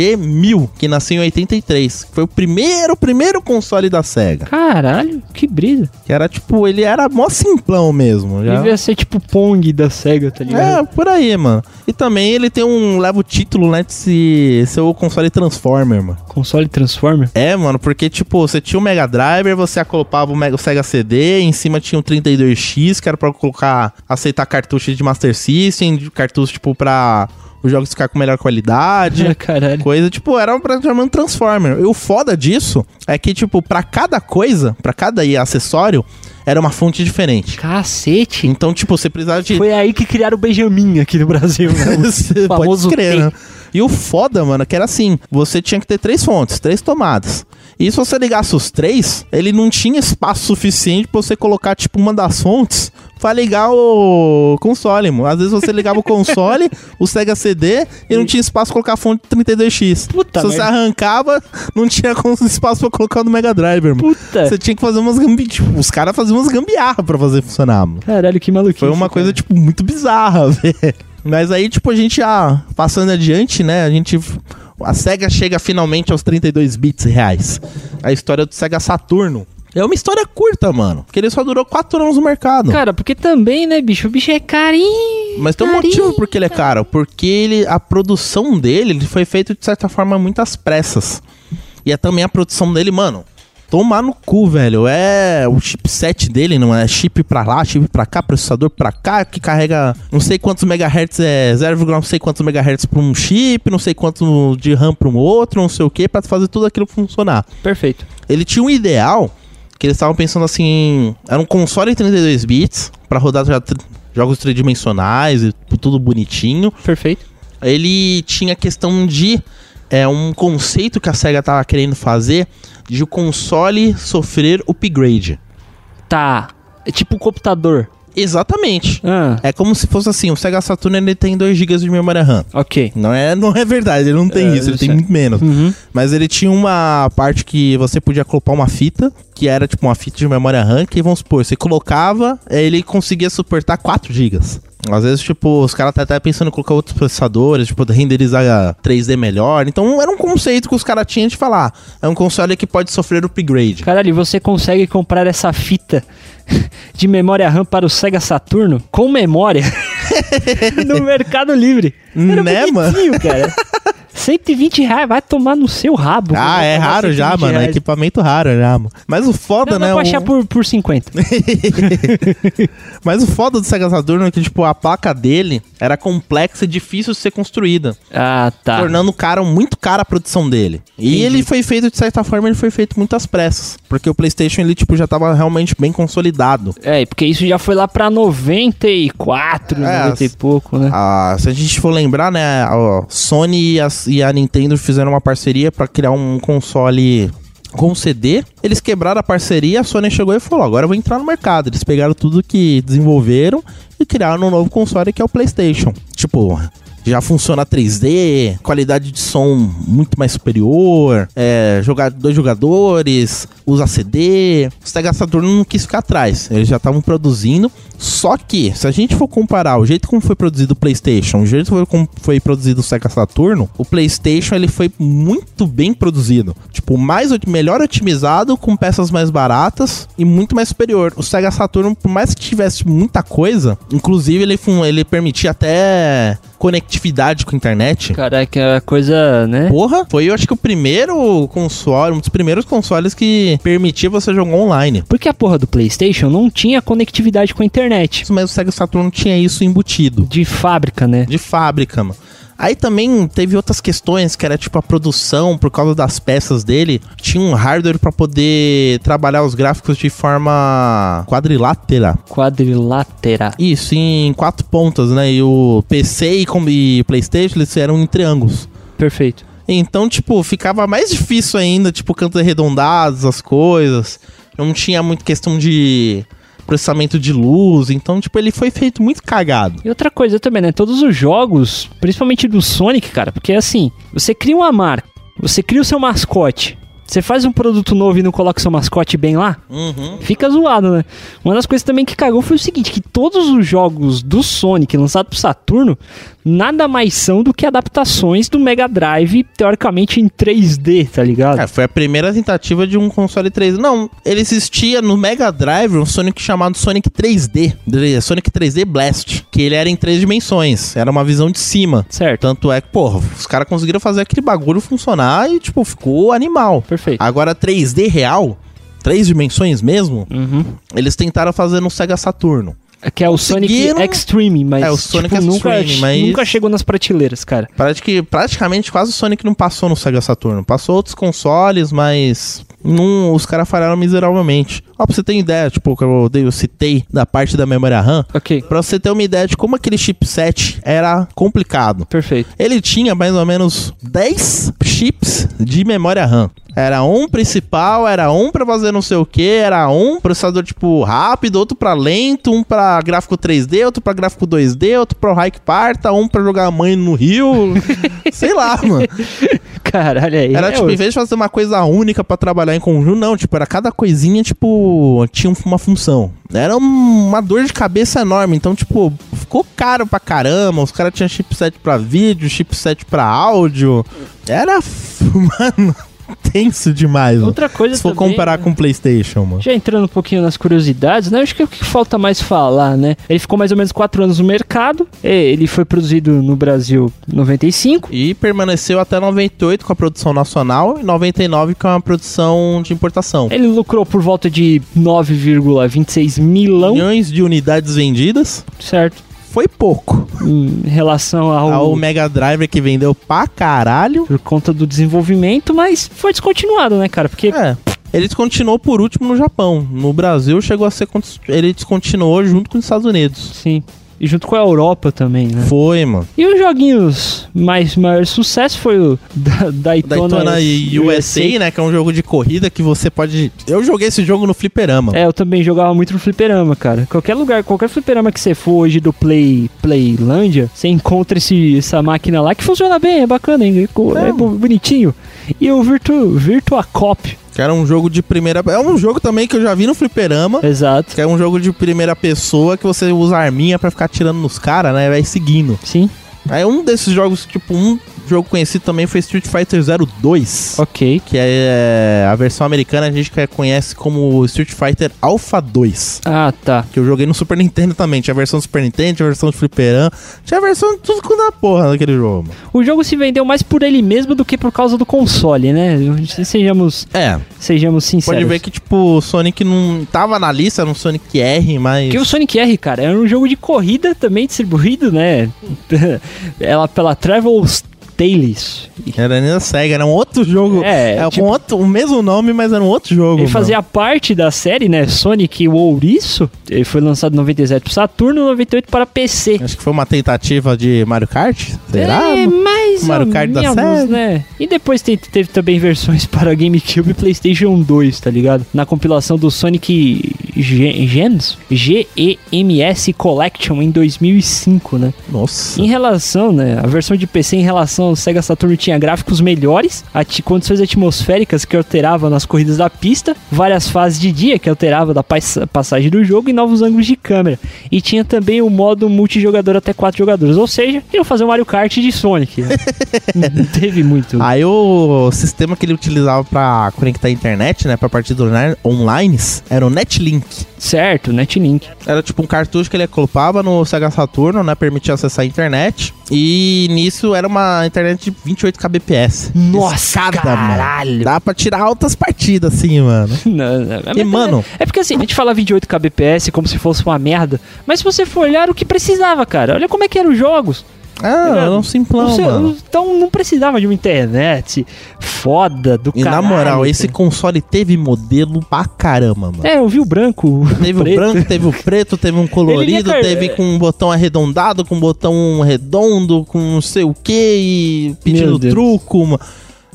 Speaker 4: SG-1000, que nasceu em 83. que Foi o primeiro, primeiro console da SEGA.
Speaker 1: caralho, que brisa.
Speaker 4: Que era tipo, ele era mó simplão mesmo. Já.
Speaker 1: Devia ser tipo Pong da SEGA, tá ligado?
Speaker 4: É, por aí, mano. E também ele tem um, leva o título, né, de se- ser o console Transformer, mano.
Speaker 1: Console Transformer.
Speaker 4: É, mano, porque, tipo, você tinha o Mega Driver, você acoplava o, Mega, o Sega CD, em cima tinha o 32X, que era pra colocar, aceitar cartucho de Master System, de cartucho, tipo, pra os jogos ficar com melhor qualidade.
Speaker 1: Caralho.
Speaker 4: Coisa, tipo, era um- praticamente um Transformer. E o foda disso é que, tipo, pra cada coisa, pra cada aí, acessório, era uma fonte diferente.
Speaker 1: Cacete.
Speaker 4: Então, tipo, você precisava de
Speaker 1: Foi aí que criaram o Benjamin aqui no Brasil, né?
Speaker 4: Você
Speaker 1: famoso
Speaker 4: pode crer,
Speaker 1: T.
Speaker 4: né? E o foda, mano, que era assim: você tinha que ter três fontes, três tomadas. E se você ligasse os três, ele não tinha espaço suficiente pra você colocar, tipo, uma das fontes pra ligar o console, mano. Às vezes você ligava o console, o Sega CD, e não tinha espaço pra colocar a fonte 32X.
Speaker 1: Puta
Speaker 4: se você
Speaker 1: merda.
Speaker 4: arrancava, não tinha cons- espaço pra colocar no Mega Driver, mano.
Speaker 1: Puta.
Speaker 4: Você tinha que fazer umas gambi... tipo, os caras faziam umas gambiarra pra fazer funcionar, mano.
Speaker 1: Caralho, que maluquice.
Speaker 4: Foi uma
Speaker 1: cara.
Speaker 4: coisa, tipo, muito bizarra, velho. Mas aí, tipo, a gente já passando adiante, né? A gente. A SEGA chega finalmente aos 32 bits reais. A história do SEGA Saturno. É uma história curta, mano. Porque ele só durou 4 anos no mercado.
Speaker 1: Cara, porque também, né, bicho? O bicho é carinho.
Speaker 4: Mas tem um
Speaker 1: carinho.
Speaker 4: motivo porque ele é caro. Porque ele, a produção dele ele foi feita, de certa forma, muitas pressas. E é também a produção dele, mano. Tomar no cu, velho. É o chipset dele, não é chip pra lá, chip pra cá, processador pra cá, que carrega não sei quantos megahertz, é 0, não sei quantos megahertz pra um chip, não sei quanto de RAM pra um outro, não sei o que, pra fazer tudo aquilo funcionar.
Speaker 1: Perfeito.
Speaker 4: Ele tinha um ideal que eles estavam pensando assim: era um console em 32 bits pra rodar já tr- jogos tridimensionais e tudo bonitinho.
Speaker 1: Perfeito.
Speaker 4: Ele tinha a questão de é, um conceito que a Sega tava querendo fazer de o console sofrer upgrade.
Speaker 1: Tá. É tipo um computador.
Speaker 4: Exatamente.
Speaker 1: Ah,
Speaker 4: É como se fosse assim, o Sega Saturn ele tem 2 GB de memória RAM.
Speaker 1: ok.
Speaker 4: Não é, não é verdade, ele não tem
Speaker 1: É,
Speaker 4: isso, ele tem
Speaker 1: certo.
Speaker 4: muito menos.
Speaker 1: Uhum.
Speaker 4: Mas ele tinha uma parte que você podia colocar uma fita, que era tipo uma fita de memória RAM, que vamos supor, você colocava, eh, ele conseguia suportar 4 GB. Às vezes, tipo, os caras tá até pensando em colocar outros processadores, tipo, renderizar 3D melhor. Então, era um conceito que os caras tinham de falar. É um console que pode sofrer upgrade.
Speaker 1: Caralho, e você consegue comprar essa fita de memória RAM para o Sega Saturno com memória no Mercado Livre. Era
Speaker 4: Né, mano?
Speaker 1: bonitinho, cara. 120 reais, vai tomar no seu rabo.
Speaker 4: Ah, é
Speaker 1: Vai tomar
Speaker 4: raro já,
Speaker 1: 120
Speaker 4: mano. É
Speaker 1: reais.
Speaker 4: equipamento raro já, mano. Mas o foda,
Speaker 1: Não, dá
Speaker 4: né?
Speaker 1: pra
Speaker 4: o-
Speaker 1: achar por, por 50.
Speaker 4: Mas o foda do Sega Saturno é que, tipo, a placa dele era complexa e difícil de ser construída.
Speaker 1: Ah, tá.
Speaker 4: tornando caro, muito cara a produção dele. E
Speaker 1: Entendi.
Speaker 4: ele foi feito, de certa forma, ele foi feito muitas pressas. Porque o Playstation, ele, tipo, já tava realmente bem consolidado.
Speaker 1: É, porque isso já foi lá pra 94,
Speaker 4: É,
Speaker 1: 90 e pouco, né?
Speaker 4: Ah, se a gente for lembrar, né, a Sony e a, e a Nintendo fizeram uma parceria pra criar um console com CD. Eles quebraram a parceria, a Sony chegou e falou: agora eu vou entrar no mercado. Eles pegaram tudo que desenvolveram e criaram um novo console que é o PlayStation. Tipo. Já funciona 3D, qualidade de som muito mais superior, é, jogar dois jogadores, usa CD. O Sega Saturn não quis ficar atrás. Eles já estavam produzindo só que, se a gente for comparar o jeito como foi produzido o PlayStation, o jeito foi- como foi produzido o Sega Saturno, o PlayStation ele foi muito bem produzido. Tipo, mais ot- melhor otimizado, com peças mais baratas e muito mais superior. O Sega Saturno, por mais que tivesse muita coisa, inclusive ele, fun- ele permitia até conectividade com a internet.
Speaker 1: Caraca, a coisa, né?
Speaker 4: Porra, foi eu acho que o primeiro console, um dos primeiros consoles que permitia você jogar online.
Speaker 1: Porque a porra do PlayStation não tinha conectividade com a internet.
Speaker 4: Mas o Sega Saturno tinha isso embutido.
Speaker 1: De fábrica, né?
Speaker 4: De fábrica, mano. Aí também teve outras questões, que era tipo a produção, por causa das peças dele, tinha um hardware pra poder trabalhar os gráficos de forma quadrilátera.
Speaker 1: Quadrilátera.
Speaker 4: Isso, em quatro pontas, né? E o PC e, com- e Playstation, eles eram em triângulos.
Speaker 1: Perfeito.
Speaker 4: Então, tipo, ficava mais difícil ainda, tipo, cantos arredondados, as coisas. Não tinha muito questão de processamento de luz. Então, tipo, ele foi feito muito cagado.
Speaker 1: E outra coisa também, né? Todos os jogos, principalmente do Sonic, cara, porque assim, você cria uma marca, você cria o seu mascote, você faz um produto novo e não coloca o seu mascote bem lá,
Speaker 4: Uhum.
Speaker 1: fica zoado, né? Uma das coisas também que cagou foi o seguinte, que todos os jogos do Sonic lançados pro Saturno, nada mais são do que adaptações do Mega Drive, teoricamente em 3D, tá ligado?
Speaker 4: É, foi a primeira tentativa de um console 3D. Não, ele existia no Mega Drive um Sonic chamado Sonic 3D, de- Sonic 3D Blast, que ele era em três dimensões, era uma visão de cima.
Speaker 1: Certo,
Speaker 4: Tanto é que, porra, os caras conseguiram fazer aquele bagulho funcionar e, tipo, ficou animal.
Speaker 1: perfeito.
Speaker 4: Agora, 3D real, três dimensões mesmo,
Speaker 1: Uhum.
Speaker 4: eles tentaram fazer no Sega Saturno.
Speaker 1: Que é o Sonic
Speaker 4: Conseguiram-
Speaker 1: Extreme, mas,
Speaker 4: É, o Sonic
Speaker 1: tipo, nunca,
Speaker 4: Extreme, mas-
Speaker 1: nunca chegou nas prateleiras, cara.
Speaker 4: Parece que praticamente quase o Sonic não passou no Sega Saturno. Passou outros consoles, mas não, os caras falharam miseravelmente. Ó, pra você ter ideia, tipo, que eu, dei- eu citei da parte da memória RAM.
Speaker 1: Ok,
Speaker 4: Pra você ter uma ideia de como aquele chipset era complicado.
Speaker 1: perfeito.
Speaker 4: Ele tinha mais ou menos 10 chips de memória RAM. Era um principal, era um pra fazer não sei o que, era um processador tipo rápido, outro pra lento, um pra gráfico 3D, outro pra gráfico 2D, outro pro Hike Parta, um pra jogar a mãe no rio. sei lá, mano.
Speaker 1: Caralho, aí
Speaker 4: Era
Speaker 1: é
Speaker 4: tipo,
Speaker 1: outro.
Speaker 4: em vez de fazer uma coisa única pra trabalhar em conjunto, não, tipo, era cada coisinha tipo tinha uma função. Era um- uma dor de cabeça enorme, então tipo, ficou caro pra caramba, os caras tinham chipset pra vídeo, chipset pra áudio. Era, f- mano, tenso demais. mano.
Speaker 1: Outra coisa
Speaker 4: Se for
Speaker 1: também,
Speaker 4: comparar
Speaker 1: né?
Speaker 4: com o PlayStation, mano.
Speaker 1: Já entrando um pouquinho nas curiosidades, né? Acho que o que falta mais falar, né? Ele ficou mais ou menos 4 anos no mercado. é, Ele foi produzido no Brasil em 95.
Speaker 4: E permaneceu até 98 com a produção nacional e 99 com a produção de importação.
Speaker 1: Ele lucrou por volta de 9,26 milão,
Speaker 4: Milhões de unidades vendidas
Speaker 1: certo?
Speaker 4: foi pouco.
Speaker 1: Em relação ao,
Speaker 4: ao Mega Drive que vendeu pra caralho.
Speaker 1: por conta do desenvolvimento, mas foi descontinuado, né, cara? Porque
Speaker 4: É. Ele descontinuou por último no Japão. No Brasil chegou a ser. cont- Ele descontinuou junto com os Estados Unidos.
Speaker 1: sim, e junto com a Europa também, né?
Speaker 4: Foi, mano.
Speaker 1: E os joguinhos mais maior sucesso foi o da, Daytona,
Speaker 4: Daytona e USA, né? Que é um jogo de corrida que você pode. Eu joguei esse jogo no Fliperama.
Speaker 1: É, eu também jogava muito no fliperama, cara. Qualquer lugar, qualquer fliperama que você for hoje do Play Playlândia, você encontra esse, essa máquina lá que funciona bem, é bacana, hein? É co- É, bo- bonitinho. E o Virtu, Virtua Cop.
Speaker 4: Que era um jogo de primeira. É um jogo também que eu já vi no Fliperama.
Speaker 1: Exato.
Speaker 4: Que é um jogo de primeira pessoa que você usa arminha pra ficar atirando nos caras, né? e Vai seguindo.
Speaker 1: Sim.
Speaker 4: É um desses jogos, tipo, um jogo conhecido também foi Street Fighter 02.
Speaker 1: Ok.
Speaker 4: Que é a versão americana a gente que é, conhece como Street Fighter Alpha 2.
Speaker 1: Ah, tá.
Speaker 4: Que eu joguei no Super Nintendo também. Tinha a versão do Super Nintendo, tinha a versão de Fliperama, tinha a versão de tudo quanto é porra daquele jogo. mano.
Speaker 1: O jogo se vendeu mais por ele mesmo do que por causa do console, né? Sejamos,
Speaker 4: É,
Speaker 1: sejamos sinceros.
Speaker 4: pode ver que, tipo, o Sonic não tava na lista, era um Sonic R, mas.
Speaker 1: Porque o Sonic R, cara, é um jogo de corrida também distribuído, né? Ela pela Travels Tales.
Speaker 4: Era nem da SEGA, era um outro jogo.
Speaker 1: É,
Speaker 4: É,
Speaker 1: tipo-
Speaker 4: com outro, o mesmo nome, mas era um outro jogo.
Speaker 1: Ele
Speaker 4: mano.
Speaker 1: fazia parte da série, né? Sonic e o Ouriço. Ele foi lançado em 97 pro Saturno e 98 para PC.
Speaker 4: Acho que foi uma tentativa de Mario Kart? Será?
Speaker 1: É, mais
Speaker 4: Mario
Speaker 1: ou
Speaker 4: Kart da
Speaker 1: menos,
Speaker 4: série?
Speaker 1: né? E depois te- teve também versões para GameCube e PlayStation 2, tá ligado? Na compilação do Sonic Ge- Gems, GEMS Collection em 2005, né?
Speaker 4: Nossa.
Speaker 1: Em relação, né, a versão de PC em relação ao Sega Saturn tinha gráficos melhores, ati- condições atmosféricas que alteravam nas corridas da pista, várias fases de dia que alteravam da pais- passagem do jogo e novos ângulos de câmera. E tinha também o modo multijogador até quatro jogadores, ou seja, queriam fazer um Mario Kart de Sonic. né? Não teve muito.
Speaker 4: Aí o sistema que ele utilizava pra conectar a internet, né, pra partidas online- online, era o Netlink.
Speaker 1: Certo, né, Netlink.
Speaker 4: Era tipo um cartucho que ele colocava no Sega Saturno, né, permitia acessar a internet. E nisso era uma internet de 28 kbps.
Speaker 1: Nossa,
Speaker 4: Escada, Mano.
Speaker 1: caralho.
Speaker 4: Dá pra tirar altas partidas, assim, mano.
Speaker 1: Não, não,
Speaker 4: E, mano,
Speaker 1: É porque assim, a gente fala 28 kbps como se fosse uma merda, mas se você for olhar o que precisava, cara, olha como é que eram os jogos.
Speaker 4: ah, era um simplão,
Speaker 1: Não sei,
Speaker 4: mano.
Speaker 1: Então não precisava de uma internet foda do
Speaker 4: E
Speaker 1: caralho.
Speaker 4: na moral, esse
Speaker 1: cara.
Speaker 4: console teve modelo pra caramba, mano.
Speaker 1: É, eu vi o branco. o
Speaker 4: Teve
Speaker 1: preto.
Speaker 4: o branco, teve o preto, teve um colorido,
Speaker 1: Ele nem
Speaker 4: teve
Speaker 1: car-
Speaker 4: com um botão arredondado, com um botão redondo, com não sei o que, e
Speaker 1: Meu
Speaker 4: pedindo
Speaker 1: Deus.
Speaker 4: truco, uma-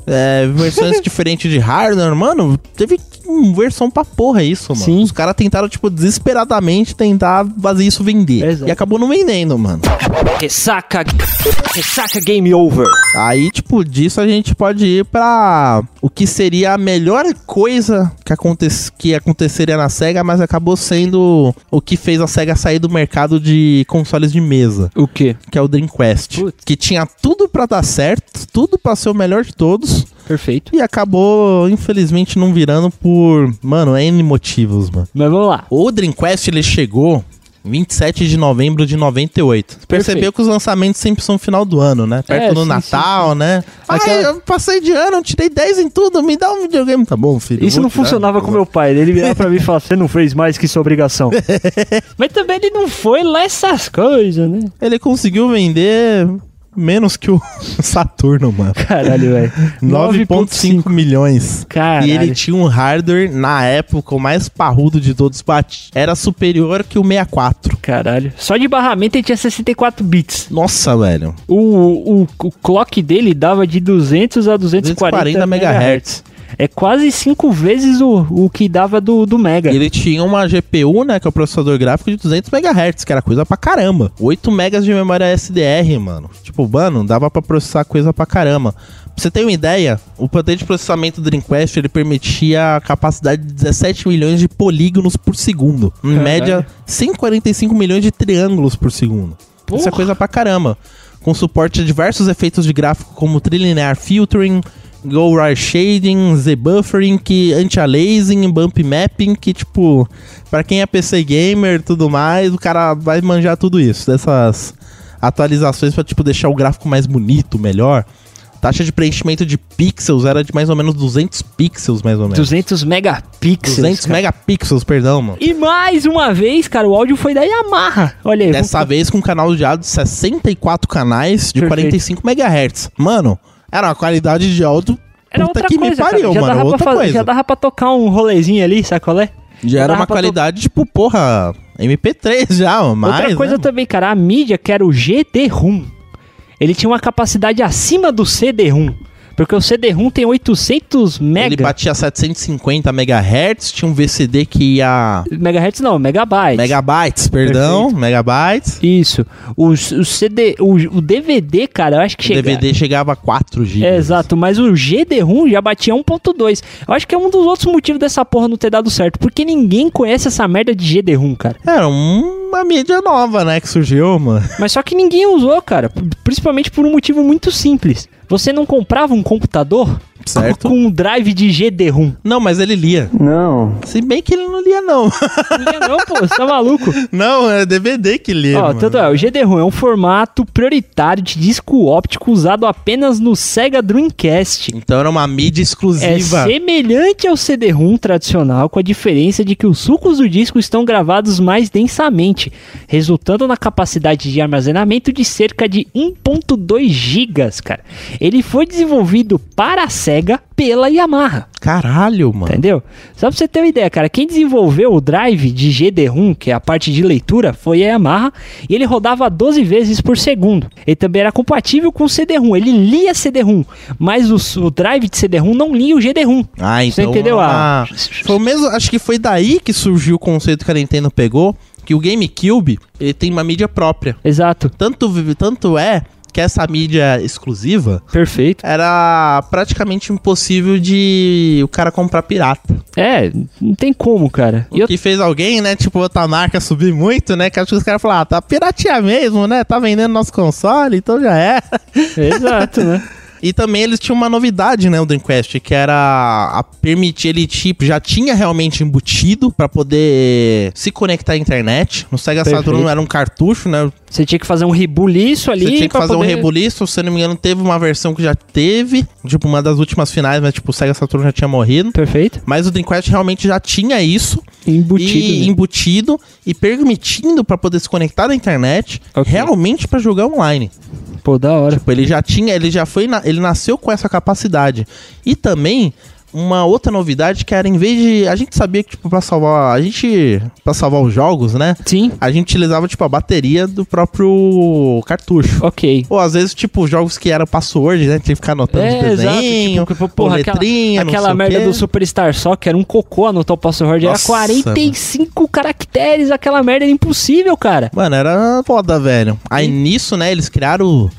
Speaker 4: é, versões diferentes de hardware, mano, teve uma versão pra porra isso, mano.
Speaker 1: Sim.
Speaker 4: Os caras tentaram, tipo, desesperadamente tentar fazer isso vender.
Speaker 1: Exato.
Speaker 4: E acabou não vendendo, mano.
Speaker 1: Ressaca. Ressaca game over.
Speaker 4: Aí, tipo, disso a gente pode ir pra o que seria a melhor coisa que, aconte que aconteceria na SEGA, mas acabou sendo o que fez a SEGA sair do mercado de consoles de mesa,
Speaker 1: O quê?
Speaker 4: que é o Dreamcast.
Speaker 1: Putz.
Speaker 4: Que tinha tudo pra dar certo, tudo pra ser o melhor de todos,
Speaker 1: Perfeito.
Speaker 4: e acabou, infelizmente, não virando por, mano, N motivos, mano.
Speaker 1: Mas vamos lá.
Speaker 4: O Dreamcast ele chegou 27 de novembro de 98. Você Percebeu
Speaker 1: Perfeito.
Speaker 4: que os lançamentos sempre são no final do ano, né? Perto
Speaker 1: É,
Speaker 4: do
Speaker 1: sim,
Speaker 4: Natal, né?
Speaker 1: Aquela-
Speaker 4: Ai, eu passei de ano, eu tirei 10 em tudo, me dá um videogame. Tá bom, filho.
Speaker 1: Isso
Speaker 4: vou
Speaker 1: não
Speaker 4: te dar.
Speaker 1: funcionava com meu pai. Ele virava pra mim e falava: Você não fez mais que sua obrigação. Mas também ele não foi lá essas coisas, né?
Speaker 4: Ele conseguiu vender menos que o Saturno, mano.
Speaker 1: Caralho, velho.
Speaker 4: 9,5 milhões.
Speaker 1: Caralho.
Speaker 4: E ele tinha um hardware, na época, o mais parrudo de todos. bate- Era superior que o 64.
Speaker 1: Caralho. Só de barramento ele tinha 64 bits.
Speaker 4: Nossa, velho.
Speaker 1: O, o, o clock dele dava de 200 a 240
Speaker 4: 240
Speaker 1: MHz.
Speaker 4: MHz.
Speaker 1: É quase cinco vezes o, o que dava do, do Mega.
Speaker 4: Ele tinha uma GPU, né, que é o processador gráfico de 200 MHz, que era coisa pra caramba. 8 MB de memória SDR, mano. Tipo, mano, dava pra processar coisa pra caramba. Pra você ter uma ideia, o poder de processamento do Dreamcast, ele permitia a capacidade de 17 milhões de polígonos por segundo. Em
Speaker 1: Caralho.
Speaker 4: média, 145 milhões de triângulos por segundo. Isso é
Speaker 1: Porra.
Speaker 4: coisa pra caramba. Com suporte a diversos efeitos de gráfico, como trilinear filtering, go ray shading, z-buffering, que- anti-aliasing, bump mapping, que tipo, pra quem é PC gamer e tudo mais, o cara vai manjar tudo isso, dessas atualizações pra tipo deixar o gráfico mais bonito, melhor. Taxa de preenchimento de pixels era de mais ou menos 200 pixels, mais ou menos.
Speaker 1: 200 megapixels.
Speaker 4: 200
Speaker 1: cara.
Speaker 4: megapixels, perdão, mano.
Speaker 1: E mais uma vez, cara, o áudio foi da Yamaha. Olha aí.
Speaker 4: Dessa vez com um canal de áudio de 64 canais de
Speaker 1: Perfeito.
Speaker 4: 45 MHz. Mano, era uma qualidade de áudio
Speaker 1: Era
Speaker 4: puta
Speaker 1: outra
Speaker 4: que me
Speaker 1: coisa,
Speaker 4: pariu,
Speaker 1: cara. Já
Speaker 4: mano.
Speaker 1: dava,
Speaker 4: Outra
Speaker 1: pra fazer-
Speaker 4: coisa.
Speaker 1: já
Speaker 4: Já,
Speaker 1: dava pra tocar um rolezinho ali, sabe qual é? já
Speaker 4: era
Speaker 1: dava
Speaker 4: uma
Speaker 1: pra
Speaker 4: qualidade, tipo, porra, MP3 já, ó, mais,
Speaker 1: outra coisa
Speaker 4: né?
Speaker 1: também, cara, a mídia que era o GD-ROM, ele tinha uma capacidade acima do CD-ROM. Porque o CD-ROM tem 800
Speaker 4: Ele
Speaker 1: mega...
Speaker 4: batia 750 MHz, tinha um VCD que ia...
Speaker 1: Megahertz não, megabytes.
Speaker 4: Megabytes, perdão, megabytes.
Speaker 1: Isso. O, o CD, o, o DVD, cara, eu acho que
Speaker 4: O
Speaker 1: chega.
Speaker 4: DVD chegava a 4 GB.
Speaker 1: É, exato, mas o GD-ROM já batia 1.2. Eu acho que é um dos outros motivos dessa porra não ter dado certo, porque ninguém conhece essa merda de GD-ROM, cara.
Speaker 4: Era uma mídia nova, né, que surgiu, mano.
Speaker 1: Mas só que ninguém usou, cara, p- principalmente por um motivo muito simples. Você não comprava um computador
Speaker 4: Certo.
Speaker 1: com um drive de GD-ROM?
Speaker 4: Não, mas ele lia.
Speaker 5: Não.
Speaker 4: Se bem que ele não lia, não.
Speaker 1: Não, ia não, pô, você tá maluco?
Speaker 4: Não, é DVD que lia.
Speaker 1: Ó,
Speaker 4: mano.
Speaker 1: tanto é, o GD-ROM é um formato prioritário de disco óptico usado apenas no Sega Dreamcast.
Speaker 4: Então era uma mídia
Speaker 1: É
Speaker 4: exclusiva.
Speaker 1: semelhante ao CD-ROM tradicional, com a diferença de que os sucos do disco estão gravados mais densamente, resultando na capacidade de armazenamento de cerca de 1.2 GB, cara. Ele foi desenvolvido para a Sega pela Yamaha.
Speaker 4: Caralho, mano.
Speaker 1: Entendeu? Só pra você ter uma ideia, cara, quem desenvolveu o drive de GD-ROM, que é a parte de leitura, foi a Yamaha, e ele rodava 12 vezes por segundo. Ele também era compatível com o CD-ROM, ele lia CD-ROM, mas o, o drive de CD-ROM não lia o GD-ROM.
Speaker 4: Ah,
Speaker 1: Você
Speaker 4: então.
Speaker 1: entendeu?
Speaker 4: ah,
Speaker 1: Ah,
Speaker 4: Foi o mesmo, acho que foi daí que surgiu o conceito que a Nintendo pegou, que o GameCube, ele tem uma mídia própria.
Speaker 1: Exato,
Speaker 4: Tanto, vi- tanto é que essa mídia exclusiva
Speaker 1: perfeito.
Speaker 4: era praticamente impossível de o cara comprar pirata.
Speaker 1: É, não tem como, cara. E
Speaker 4: O
Speaker 1: eu,
Speaker 4: que fez alguém, né, tipo, outra marca subir muito, né, que acho que os caras falaram, ah, tá piratia mesmo, né, tá vendendo nosso console, então já é.
Speaker 1: exato, né?
Speaker 4: E também eles tinham uma novidade, né, o Dreamcast, que era a permitir ele, tipo, já tinha realmente embutido pra poder se conectar à internet. No Sega
Speaker 1: Perfeito.
Speaker 4: Saturn era um cartucho, né?
Speaker 1: Você tinha que fazer um rebuliço ali.
Speaker 4: Você tinha que
Speaker 1: pra
Speaker 4: fazer um
Speaker 1: poder-
Speaker 4: rebuliço, se eu não me engano, teve uma versão que já teve, tipo, uma das últimas finais, mas tipo, o Sega Saturn já tinha morrido.
Speaker 1: Perfeito?
Speaker 4: Mas o Dreamcast realmente já tinha isso
Speaker 1: Embutido.
Speaker 4: e
Speaker 1: né?
Speaker 4: embutido e permitindo pra poder se conectar à internet,
Speaker 1: Ok.
Speaker 4: realmente pra jogar online.
Speaker 1: Pô, da hora.
Speaker 4: Tipo, ele já tinha, ele já foi, na- ele nasceu com essa capacidade. E também uma outra novidade que era em vez de a gente sabia que tipo para salvar, a gente para salvar os jogos, né?
Speaker 1: Sim,
Speaker 4: A gente utilizava tipo a bateria do próprio cartucho.
Speaker 1: ok. É,
Speaker 4: Ou às vezes tipo jogos que eram password, né? Tinha que ficar anotando os desenhos,
Speaker 1: tipo, que,
Speaker 4: ou
Speaker 1: aquela-
Speaker 4: letrinha, não
Speaker 1: Aquela
Speaker 4: sei o
Speaker 1: merda
Speaker 4: quê.
Speaker 1: do Superstar só que era um cocô anotar o password. Era
Speaker 4: Nossa,
Speaker 1: 45 caracteres, aquela merda era impossível, cara.
Speaker 4: Mano, era foda, velho. Aí nisso, né, eles criaram o,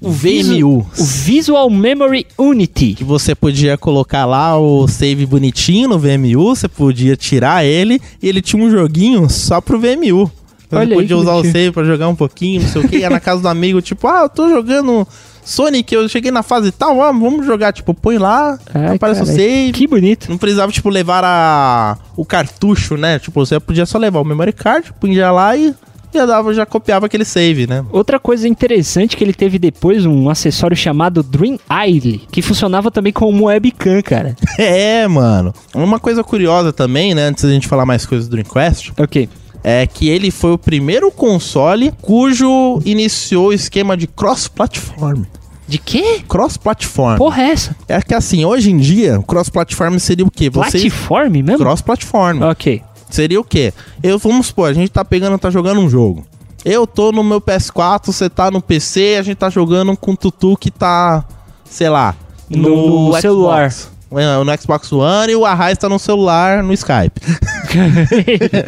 Speaker 4: o VMU.
Speaker 1: O Visual Memory Unity.
Speaker 4: que você podia colocar lá o save bonitinho no VMU, você podia tirar ele e ele tinha um joguinho só pro VMU. Você
Speaker 1: Olha aí,
Speaker 4: Então, podia
Speaker 1: que
Speaker 4: usar o
Speaker 1: bonitinho.
Speaker 4: save pra jogar um pouquinho, não sei o que, ia na casa do amigo, tipo, ah, eu tô jogando Sonic, eu cheguei na fase tal, ah, vamos jogar, tipo, põe lá,
Speaker 1: Ai,
Speaker 4: aparece o
Speaker 1: carai,
Speaker 4: save.
Speaker 1: Que bonito.
Speaker 4: Não precisava, tipo, levar a... o cartucho, né? Tipo, você podia só levar o memory card, punha lá e já, dava, já copiava aquele save, né?
Speaker 1: Outra coisa interessante que ele teve depois, um acessório chamado Dream Isle, que funcionava também como webcam, cara.
Speaker 4: É, mano. Uma coisa curiosa também, né? Antes da gente falar mais coisas do Dreamcast,
Speaker 1: Ok.
Speaker 4: é que ele foi o primeiro console cujo iniciou o esquema de cross-platform.
Speaker 1: De quê?
Speaker 4: Cross-platform.
Speaker 1: Porra, é essa?
Speaker 4: É que assim, hoje em dia, o cross-platform seria o quê? Você
Speaker 1: Platform Ah. mesmo?
Speaker 4: cross-platform.
Speaker 1: Ok.
Speaker 4: Seria o quê? Eu vamos supor, a gente tá pegando, tá jogando um jogo. Eu tô no meu PS4, você tá no PC, a gente tá jogando com o Tutu que tá, sei lá,
Speaker 1: No- no
Speaker 4: Xbox.
Speaker 1: celular.
Speaker 4: É, No Xbox One e o Arraiz tá no celular, no Skype.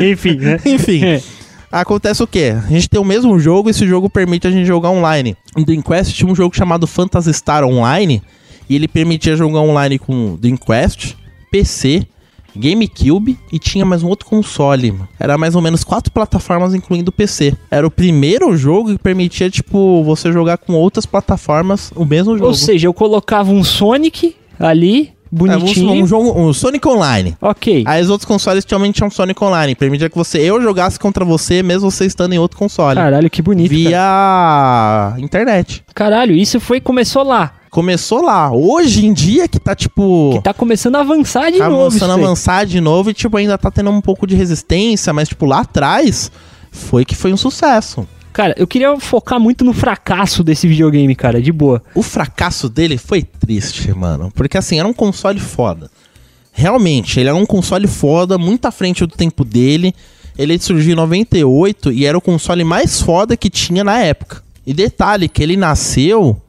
Speaker 1: Enfim, né?
Speaker 4: Enfim.
Speaker 1: É.
Speaker 4: Acontece o quê? A gente tem o mesmo jogo, esse jogo permite a gente jogar online. No Dreamcast tinha um jogo chamado Phantasy Star Online, e ele permitia jogar online com Dreamcast, PC, GameCube e tinha mais um outro console. mano. Era mais ou menos quatro plataformas, incluindo o PC. Era o primeiro jogo que permitia, tipo, você jogar com outras plataformas o mesmo jogo.
Speaker 1: Ou seja, eu colocava um Sonic ali,
Speaker 4: É, vamos supor,
Speaker 1: bonitinho.
Speaker 4: um jogo, um Sonic Online.
Speaker 1: Ok.
Speaker 4: Aí os outros consoles também tinham Sonic Online, permitia que você eu jogasse contra você, mesmo você estando em outro console.
Speaker 1: Caralho, que bonito. cara.
Speaker 4: via internet.
Speaker 1: Caralho, isso foi começou lá.
Speaker 4: Começou lá. Hoje em dia que tá tipo.
Speaker 1: Que tá começando a avançar de
Speaker 4: tá
Speaker 1: novo.
Speaker 4: avançando,
Speaker 1: isso aí.
Speaker 4: avançar de novo e, tipo, ainda tá tendo um pouco de resistência, mas, tipo, lá atrás foi que foi um sucesso.
Speaker 1: Cara, eu queria focar muito no fracasso desse videogame, cara, de boa.
Speaker 4: O fracasso dele foi triste, mano. Porque assim, era um console foda. Realmente, ele era um console foda, muito à frente do tempo dele. Ele surgiu em 98 e era o console mais foda que tinha na época. E detalhe que ele nasceu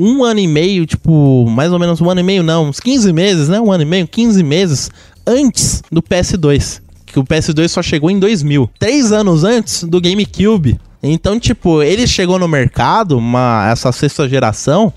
Speaker 4: um ano e meio, tipo, mais ou menos um ano e meio, não, uns 15 meses, né? Um ano e meio, 15 meses antes do PS2. Que o PS2 só chegou em 2000. Três anos antes do GameCube. Então, tipo, ele chegou no mercado, uma, essa sexta geração,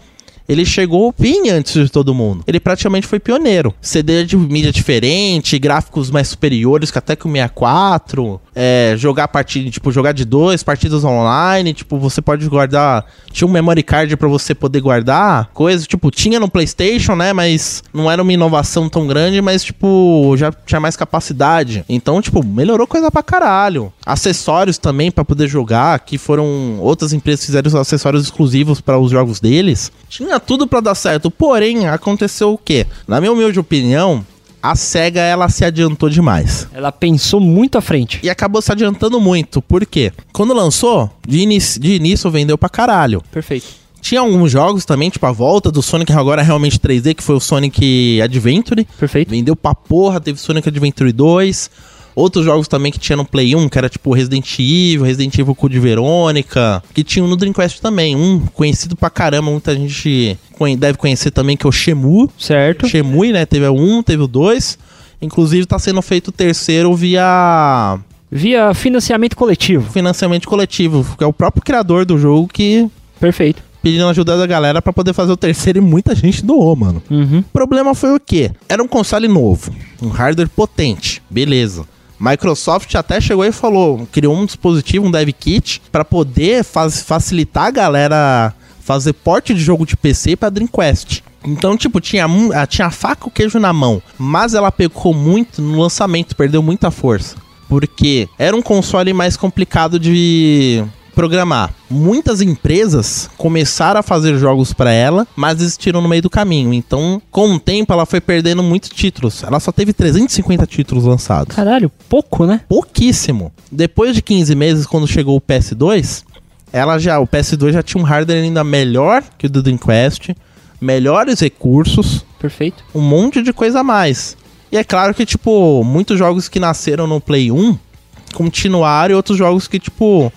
Speaker 4: Ele chegou bem antes de todo mundo. Ele praticamente foi pioneiro. CD de mídia diferente, gráficos mais superiores, que até que o 64. É, jogar partida, tipo, jogar de dois, partidas online, tipo, você pode guardar. Tinha um memory card pra você poder guardar. Coisa, tipo, tinha no Playstation, né? Mas não era uma inovação tão grande, mas, tipo, já tinha mais capacidade. Então, tipo, melhorou coisa pra caralho. Acessórios também pra poder jogar, que foram. Outras empresas fizeram os acessórios exclusivos para os jogos deles. Tinha tudo pra dar certo. Porém, aconteceu o quê? Na minha humilde opinião, a SEGA ela se adiantou demais.
Speaker 1: Ela pensou muito à frente.
Speaker 4: E acabou se adiantando muito. Por quê? Quando lançou, de, inici- de início vendeu pra caralho.
Speaker 1: Perfeito.
Speaker 4: Tinha alguns jogos também, tipo a volta do Sonic agora é realmente 3D, que foi o Sonic Adventure.
Speaker 1: Perfeito.
Speaker 4: Vendeu pra porra, teve Sonic Adventure 2. Outros jogos também que tinha no Play 1, que era tipo Resident Evil, Resident Evil Code Verônica, que tinha um no Dreamcast também, um conhecido pra caramba, muita gente conhe- deve conhecer também, que é o Shemu,
Speaker 1: Certo.
Speaker 4: Shemui, né? Teve o 1, teve o 2. Inclusive, tá sendo feito o terceiro via
Speaker 1: Via financiamento coletivo.
Speaker 4: financiamento coletivo, que é o próprio criador do jogo que
Speaker 1: Perfeito.
Speaker 4: pedindo ajuda da galera pra poder fazer o terceiro e muita gente doou, mano.
Speaker 1: Uhum.
Speaker 4: O problema foi o quê? Era um console novo, um hardware potente, beleza. Microsoft até chegou e falou, criou um dispositivo, um dev kit, pra poder faz- facilitar a galera fazer porte de jogo de PC pra Dreamcast. Então, tipo, tinha, mu- ah, tinha a faca e o queijo na mão, mas ela pecou muito no lançamento, perdeu muita força. Porque era um console mais complicado de programar. Muitas empresas começaram a fazer jogos pra ela, mas desistiram no meio do caminho. Então, com o tempo, ela foi perdendo muitos títulos. Ela só teve 350 títulos lançados.
Speaker 1: Caralho, pouco, né?
Speaker 4: Pouquíssimo. Depois de 15 meses, quando chegou o PS2, ela já, o PS2 já tinha um hardware ainda melhor que o do Dreamcast, melhores recursos,
Speaker 1: Perfeito.
Speaker 4: um monte de coisa a mais. E é claro que, tipo, muitos jogos que nasceram no Play 1 continuaram e outros jogos que, tipo,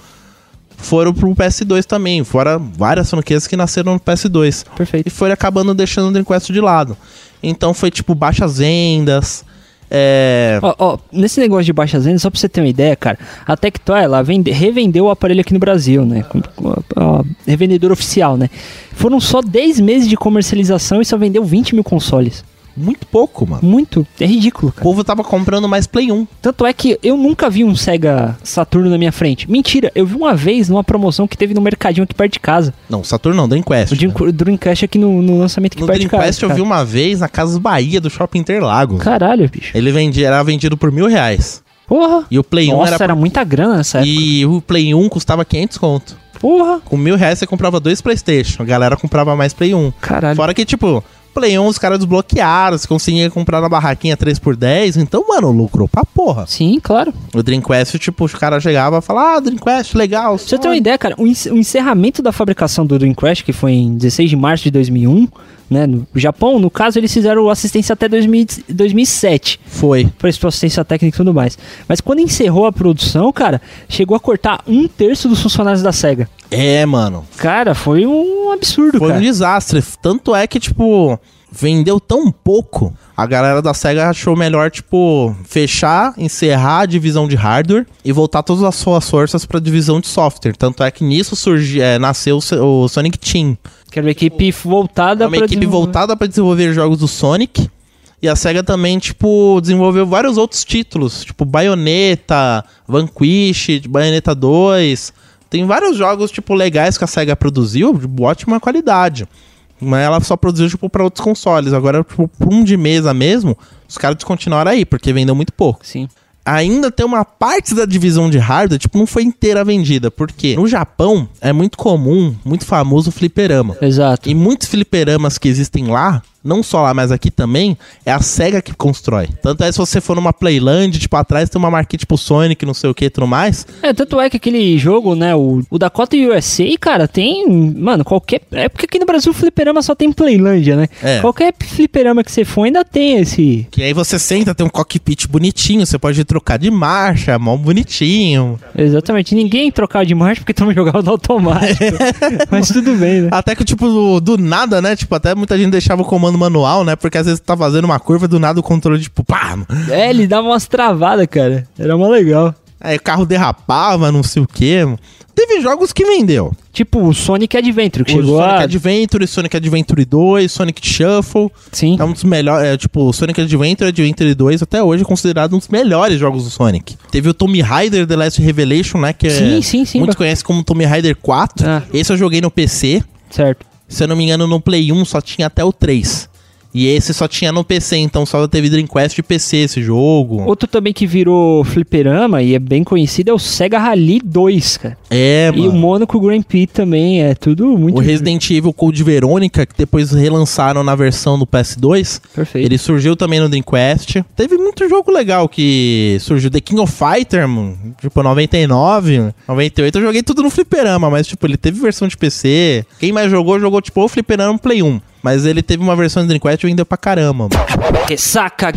Speaker 4: foram pro PS2 também. Fora várias franquias que nasceram no PS2. E
Speaker 1: Perfeito.
Speaker 4: foram acabando deixando o Dreamcast de lado. Então foi, tipo, baixas vendas. É.
Speaker 1: Ó, ó, nesse negócio de baixas vendas, só pra você ter uma ideia, cara, a Tectoy, ela vende- revendeu o aparelho aqui no Brasil, né? Com- com a- a revendedora oficial, né? Foram só 10 meses de comercialização e só vendeu 20 mil consoles.
Speaker 4: Muito pouco, mano.
Speaker 1: Muito. É ridículo,
Speaker 4: O
Speaker 1: cara.
Speaker 4: povo tava comprando mais Play 1.
Speaker 1: Tanto é que eu nunca vi um Sega Saturno na minha frente. Mentira, eu vi uma vez numa promoção que teve no mercadinho aqui perto de casa.
Speaker 4: Não, Saturno não, Dreamcast.
Speaker 1: O Dream- o Dreamcast aqui no, no lançamento aqui
Speaker 4: No
Speaker 1: perto
Speaker 4: Dreamcast
Speaker 1: de casa.
Speaker 4: eu vi um
Speaker 1: cara.
Speaker 4: uma vez na Casa Bahia do Shopping Interlagos.
Speaker 1: Caralho, bicho.
Speaker 4: Ele vendia, era vendido por mil reais.
Speaker 1: Porra.
Speaker 4: E o Play 1
Speaker 1: Nossa,
Speaker 4: era
Speaker 1: era, muita grana nessa época.
Speaker 4: E o Play 1 custava 500 conto.
Speaker 1: Porra.
Speaker 4: Com mil reais você comprava dois Playstation. A galera comprava mais Play 1.
Speaker 1: Caralho.
Speaker 4: Fora que, tipo, Play 1 os caras desbloquearam. Você conseguia comprar na barraquinha 3x10. Então, mano, lucrou pra porra.
Speaker 1: Sim, claro. Pra
Speaker 4: O Dreamcast, tipo, os caras chegavam e falavam Ah, Dreamcast, legal.
Speaker 1: você ter uma ideia, cara, o en- o encerramento da fabricação do Dreamcast, que foi em 16 de março de 2001, né, no Japão, no caso, eles fizeram assistência até 2000 2007.
Speaker 4: Foi.
Speaker 1: prestou assistência técnica e tudo mais. Mas quando encerrou a produção, cara, chegou a cortar um terço dos funcionários da SEGA.
Speaker 4: É, mano.
Speaker 1: Cara, foi um absurdo,
Speaker 4: Foi um
Speaker 1: cara.
Speaker 4: desastre. Tanto é que, tipo, vendeu tão pouco. A galera da SEGA achou melhor, tipo, fechar, encerrar a divisão de hardware e voltar todas as suas forças pra divisão de software. Tanto é que nisso surgiu, nasceu o Se- o Sonic Team.
Speaker 1: Que era uma equipe voltada
Speaker 4: É uma
Speaker 1: pra
Speaker 4: equipe
Speaker 1: desenvolver.
Speaker 4: voltada pra desenvolver jogos do Sonic. E a SEGA também, tipo, desenvolveu vários outros títulos, tipo Bayonetta, Vanquish, Bayonetta 2. Tem vários jogos, tipo, legais que a SEGA produziu, de ótima qualidade. Mas ela só produziu, tipo, pra outros consoles. Agora, tipo, pra um de mesa mesmo, os caras descontinuaram aí, porque vendeu muito pouco
Speaker 1: Sim.
Speaker 4: ainda tem uma parte da divisão de hardware, tipo, não foi inteira vendida. Porque no Japão é muito comum, muito famoso o fliperama.
Speaker 1: Exato.
Speaker 4: E muitos fliperamas que existem lá, não só lá, mas aqui também, é a SEGA que constrói. Tanto é se você for numa Playland, tipo, atrás tem uma marquinha tipo Sonic, não sei o que e tudo mais.
Speaker 1: É, tanto é que aquele jogo, né, o, o Dakota USA, cara, tem, mano, qualquer... É porque aqui no Brasil o fliperama só tem Playlândia, né?
Speaker 4: É.
Speaker 1: Qualquer fliperama que você for ainda tem esse...
Speaker 4: Que aí você senta, tem um cockpit bonitinho, você pode trocar de marcha, mó bonitinho.
Speaker 1: Exatamente. Ninguém trocava de marcha porque todo mundo jogava no automático. Mas tudo bem, né?
Speaker 4: Até que, tipo, do, do nada, né? Tipo, até muita gente deixava o comando manual, né? Porque às vezes tá fazendo uma curva, do nada o controle, tipo, pá,
Speaker 1: É, ele dava umas travadas, cara. Era mó legal.
Speaker 4: Aí o carro derrapava, não sei o quê. Teve jogos que vendeu.
Speaker 1: Tipo o Sonic Adventure, que
Speaker 4: O
Speaker 1: chegou
Speaker 4: Sonic
Speaker 1: a...
Speaker 4: Adventure, Sonic Adventure 2, Sonic Shuffle.
Speaker 1: Sim.
Speaker 4: É um dos melhores. É, tipo, Sonic Adventure, Adventure 2, até hoje é considerado um dos melhores jogos do Sonic. Teve o Tomb Raider The Last Revelation, né? Que é-
Speaker 1: Sim, sim, sim,
Speaker 4: Muitos
Speaker 1: ba-
Speaker 4: conhecem como Tomb Raider 4.
Speaker 1: Ah.
Speaker 4: Esse eu joguei no PC.
Speaker 1: Certo.
Speaker 4: Se eu não me engano, no Play 1 só tinha até o 3. E esse só tinha no PC, então só teve Dreamcast e PC esse jogo.
Speaker 1: Outro também que virou fliperama e é bem conhecido é o Sega Rally 2, cara.
Speaker 4: É,
Speaker 1: e o
Speaker 4: mano.
Speaker 1: Monaco Grand Prix também, é tudo muito...
Speaker 4: O Resident Evil Code Verônica, que depois relançaram na versão do PS2.
Speaker 1: Perfeito.
Speaker 4: Ele surgiu também no Dreamcast. Teve muito jogo legal que surgiu. The King of Fighter, mano. Tipo, 99, 98. Eu joguei tudo no fliperama, mas, tipo, ele teve versão de PC. Quem mais jogou, jogou, tipo, o fliperama Play 1. Mas ele teve uma versão de Dreamcast e vendeu pra caramba, mano.
Speaker 1: Ressaca...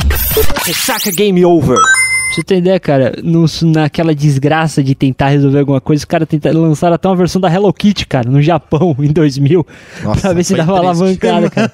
Speaker 1: Ressaca Game Over. Pra você ter ideia, cara, no, naquela desgraça de tentar resolver alguma coisa, os caras tentaram lançar até uma versão da Hello Kitty, cara, no Japão, em 2000,
Speaker 4: Nossa,
Speaker 1: pra ver se
Speaker 4: foi
Speaker 1: dava
Speaker 4: triste.
Speaker 1: alavancada, cara.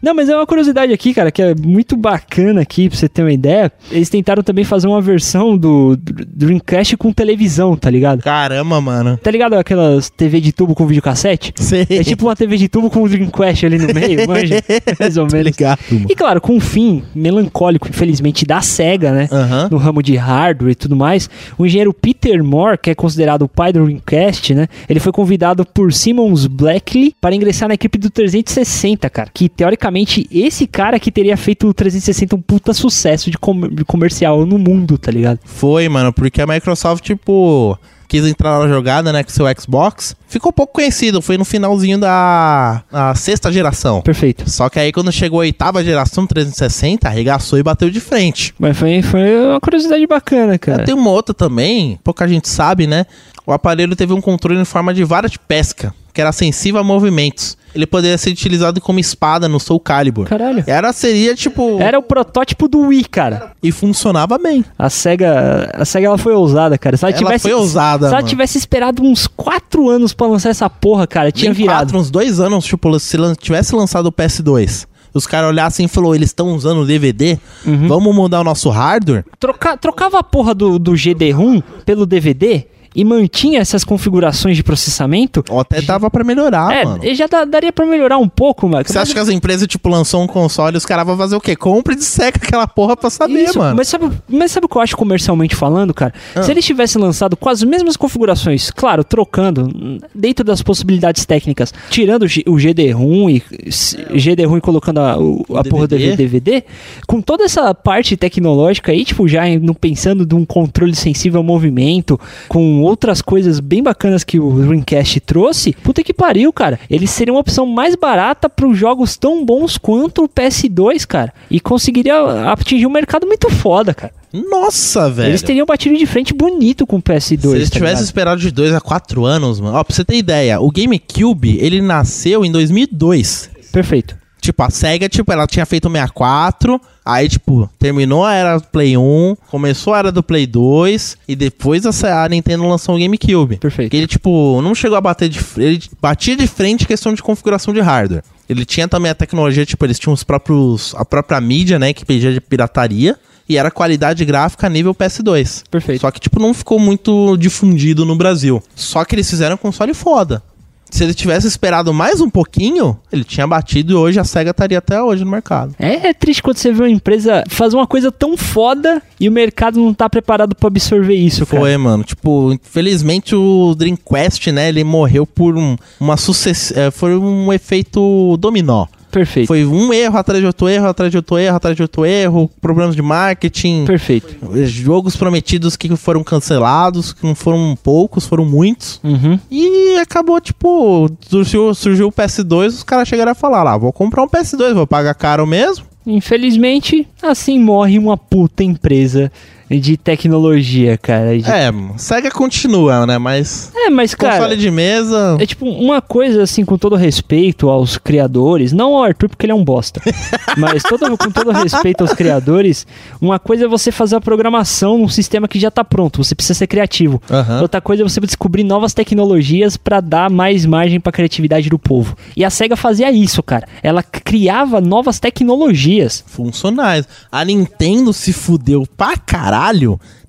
Speaker 1: Não, mas é uma curiosidade aqui, cara, que é muito bacana aqui, pra você ter uma ideia. Eles tentaram também fazer uma versão do do Dreamcast com televisão, tá ligado?
Speaker 4: Caramba, mano.
Speaker 1: Tá ligado aquelas TV de tubo com videocassete?
Speaker 4: Sei.
Speaker 1: É tipo uma TV de tubo com um Dreamcast ali no meio, manja? Mais ou menos.
Speaker 4: ligado, mano.
Speaker 1: E claro, com um fim melancólico, infelizmente, da SEGA, né?
Speaker 4: Aham.
Speaker 1: No ramo de hardware e tudo mais, o engenheiro Peter Moore, que é considerado o pai do Dreamcast, né? Ele foi convidado por Simmons Blackley para ingressar na equipe do 360, cara. Que teoricamente esse cara que teria feito o 360 um puta sucesso de, com- de comercial no mundo, tá ligado?
Speaker 4: Foi, mano, porque a Microsoft, tipo, quis entrar na jogada, né, com seu Xbox. Ficou pouco conhecido, foi no finalzinho da da sexta geração.
Speaker 1: Perfeito.
Speaker 4: Só que aí quando chegou a oitava geração 360, arregaçou e bateu de frente.
Speaker 1: Mas foi, foi uma curiosidade bacana, cara.
Speaker 4: Tem uma outra também, pouca gente sabe, né? O aparelho teve um controle em forma de vara de pesca, que era sensível a movimentos. Ele poderia ser utilizado como espada no Soul Calibur.
Speaker 1: Caralho.
Speaker 4: Era, seria, tipo...
Speaker 1: Era o protótipo do Wii, cara.
Speaker 4: E funcionava bem.
Speaker 1: A SEGA, a SEGA ela foi ousada, cara. Se ela,
Speaker 4: Ela
Speaker 1: tivesse,
Speaker 4: foi ousada,
Speaker 1: Se ela
Speaker 4: mano.
Speaker 1: tivesse esperado uns 4 anos pra lançar essa porra, cara, tinha
Speaker 4: Nem
Speaker 1: virado.
Speaker 4: quatro, uns dois anos, tipo, se lan- tivesse lançado o PS2, os caras olhassem e falaram, eles estão usando o DVD,
Speaker 1: Uhum.
Speaker 4: vamos mudar o nosso hardware?
Speaker 1: Troca- trocava a porra do, do GD-ROM pelo DVD e mantinha essas configurações de processamento.
Speaker 4: Ou até dava pra melhorar,
Speaker 1: é,
Speaker 4: Ah, mano.
Speaker 1: e já dá- daria pra melhorar um pouco, mano.
Speaker 4: Você acha que as empresas, tipo, lançou um console e os caras vão fazer o quê? Compre e seca aquela porra pra saber,
Speaker 1: Isso,
Speaker 4: mano. Ah.
Speaker 1: Mas sabe, mas sabe o que eu acho comercialmente falando, cara? Se eles tivessem lançado com as mesmas configurações, claro, trocando, hum, dentro das possibilidades técnicas, tirando o G- o GD-ROM e s- GD-ROM e colocando a, o- a porra do
Speaker 4: DVD.
Speaker 1: DVD, com toda essa parte tecnológica aí, tipo, já em- no- pensando de um controle sensível ao movimento, com outras coisas bem bacanas que o Dreamcast trouxe, puta que pariu, cara. Eles seriam uma opção mais barata para jogos tão bons quanto o PS2, cara. E conseguiria atingir um mercado muito foda, cara.
Speaker 4: Nossa, velho.
Speaker 1: Eles teriam batido de frente bonito com o PS2.
Speaker 4: Se eles
Speaker 1: tá
Speaker 4: tivessem
Speaker 1: ligado?
Speaker 4: esperado de 2 a 4 anos, mano. Ó, pra você ter ideia, o GameCube, ele nasceu em 2002.
Speaker 1: Perfeito.
Speaker 4: Tipo, a SEGA, tipo, ela tinha feito o 64, aí, tipo, terminou a era do Play 1, começou a era do Play 2, e depois a, Se- a Nintendo lançou o GameCube.
Speaker 1: Perfeito.
Speaker 4: Que ele, tipo, não chegou a bater de... fre- Ele batia de frente em questão de configuração de hardware. Ele tinha também a tecnologia, tipo, eles tinham os próprios... A própria mídia, né, que pedia de pirataria, e era qualidade gráfica nível PS2.
Speaker 1: Perfeito.
Speaker 4: Só que, tipo, não ficou muito difundido no Brasil. Só que eles fizeram um console foda. Se ele tivesse esperado mais um pouquinho, ele tinha batido e hoje a SEGA estaria até hoje no mercado.
Speaker 1: É, triste quando você vê uma empresa fazer uma coisa tão foda e o mercado não tá preparado pra absorver isso, é. cara.
Speaker 4: Foi, mano. Tipo, infelizmente o Dreamcast, né, ele morreu por um, uma sucessão... Foi um efeito dominó.
Speaker 1: Perfeito.
Speaker 4: Foi um erro atrás de outro erro, atrás de outro erro, atrás de outro erro, problemas de marketing...
Speaker 1: Perfeito.
Speaker 4: Jogos prometidos que foram cancelados, que não foram poucos, foram muitos.
Speaker 1: Uhum.
Speaker 4: E acabou, tipo, surgiu, surgiu o PS2, os caras chegaram a falar lá, vou comprar um PS2, vou pagar caro mesmo.
Speaker 1: Infelizmente, assim morre uma puta empresa de tecnologia, cara. De- É,
Speaker 4: É, SEGA continua, né? Mas
Speaker 1: mas, cara.
Speaker 4: console de mesa...
Speaker 1: É tipo, uma coisa assim, com todo respeito aos criadores, não ao Arthur porque ele é um bosta, mas todo- com todo respeito aos criadores, uma coisa é você fazer a programação num sistema que já tá pronto, você precisa ser criativo.
Speaker 4: Aham.
Speaker 1: Outra coisa é você descobrir novas tecnologias pra dar mais margem pra criatividade do povo. E a SEGA fazia isso, cara. Ela criava novas tecnologias.
Speaker 4: funcionais. A Nintendo se fudeu pra caralho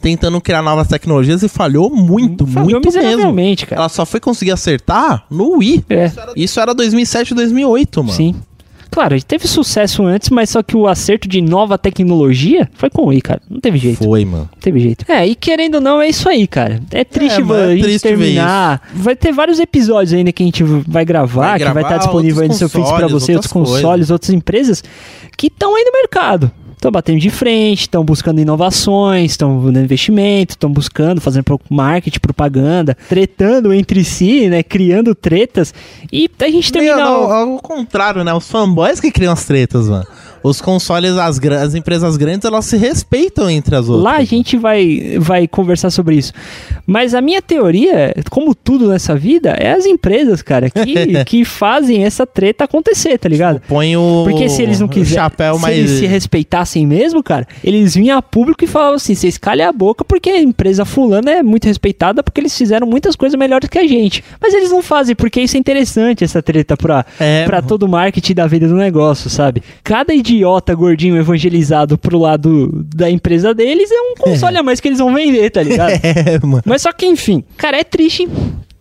Speaker 4: tentando criar novas tecnologias e falhou muito,
Speaker 1: Falhou
Speaker 4: muito mesmo.
Speaker 1: miseravelmente, cara.
Speaker 4: Ela só foi conseguir acertar no Wii.
Speaker 1: É,
Speaker 4: Isso era 2007, 2008, mano.
Speaker 1: sim. Claro, teve sucesso antes, mas só que o acerto de nova tecnologia foi com o Wii, cara. Não teve jeito.
Speaker 4: Foi, mano.
Speaker 1: Não teve jeito. É, e querendo ou não, é isso aí, cara. É triste,
Speaker 4: É,
Speaker 1: va-
Speaker 4: mano, é
Speaker 1: a gente
Speaker 4: triste ver
Speaker 1: terminar. Vai ter vários episódios ainda que a gente vai gravar,
Speaker 4: Vai
Speaker 1: que vai estar
Speaker 4: gravar
Speaker 1: disponível aí no
Speaker 4: outros
Speaker 1: seu feed pra
Speaker 4: consoles,
Speaker 1: você, outros
Speaker 4: outras coisas.
Speaker 1: consoles, outras empresas que estão aí no mercado. Estão batendo de frente, estão buscando inovações, estão dando investimento, estão buscando, fazendo pro- marketing, propaganda, tretando entre si, né? Criando tretas. E a gente terminar.
Speaker 4: Não,
Speaker 1: o-
Speaker 4: não, ao contrário, né? Os fanboys que criam as tretas, mano. Os consoles, as, gra- as empresas grandes, elas se respeitam entre as outras.
Speaker 1: Lá a gente vai, vai conversar sobre isso. Mas a minha teoria, como tudo nessa vida, é as empresas, cara, que, que fazem essa treta acontecer, tá ligado?
Speaker 4: Põe o,
Speaker 1: Porque se eles não
Speaker 4: o
Speaker 1: quiserem,
Speaker 4: chapéu
Speaker 1: se
Speaker 4: mais...
Speaker 1: eles se respeitassem mesmo, cara, eles vinham a público e falavam assim, vocês calem a boca porque a empresa fulana é muito respeitada porque eles fizeram muitas coisas melhores que a gente. Mas eles não fazem, porque isso é interessante, essa treta pra,
Speaker 4: É,
Speaker 1: pra
Speaker 4: mano.
Speaker 1: todo o marketing da vida do negócio, sabe? Cada idiota gordinho evangelizado pro lado da empresa deles é um console a mais que eles vão vender, tá ligado?
Speaker 4: É, mano.
Speaker 1: Mas só que, enfim, cara, é triste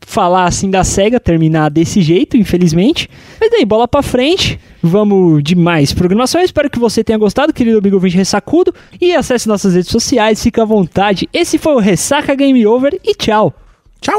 Speaker 1: falar assim da SEGA, terminar desse jeito, infelizmente. Mas daí, bola pra frente. Vamos de mais programação. Eu espero que você tenha gostado, querido amigo ouvinte Ressacudo. E acesse nossas redes sociais, fica à vontade. Esse foi o Ressaca Game Over e tchau.
Speaker 4: Tchau!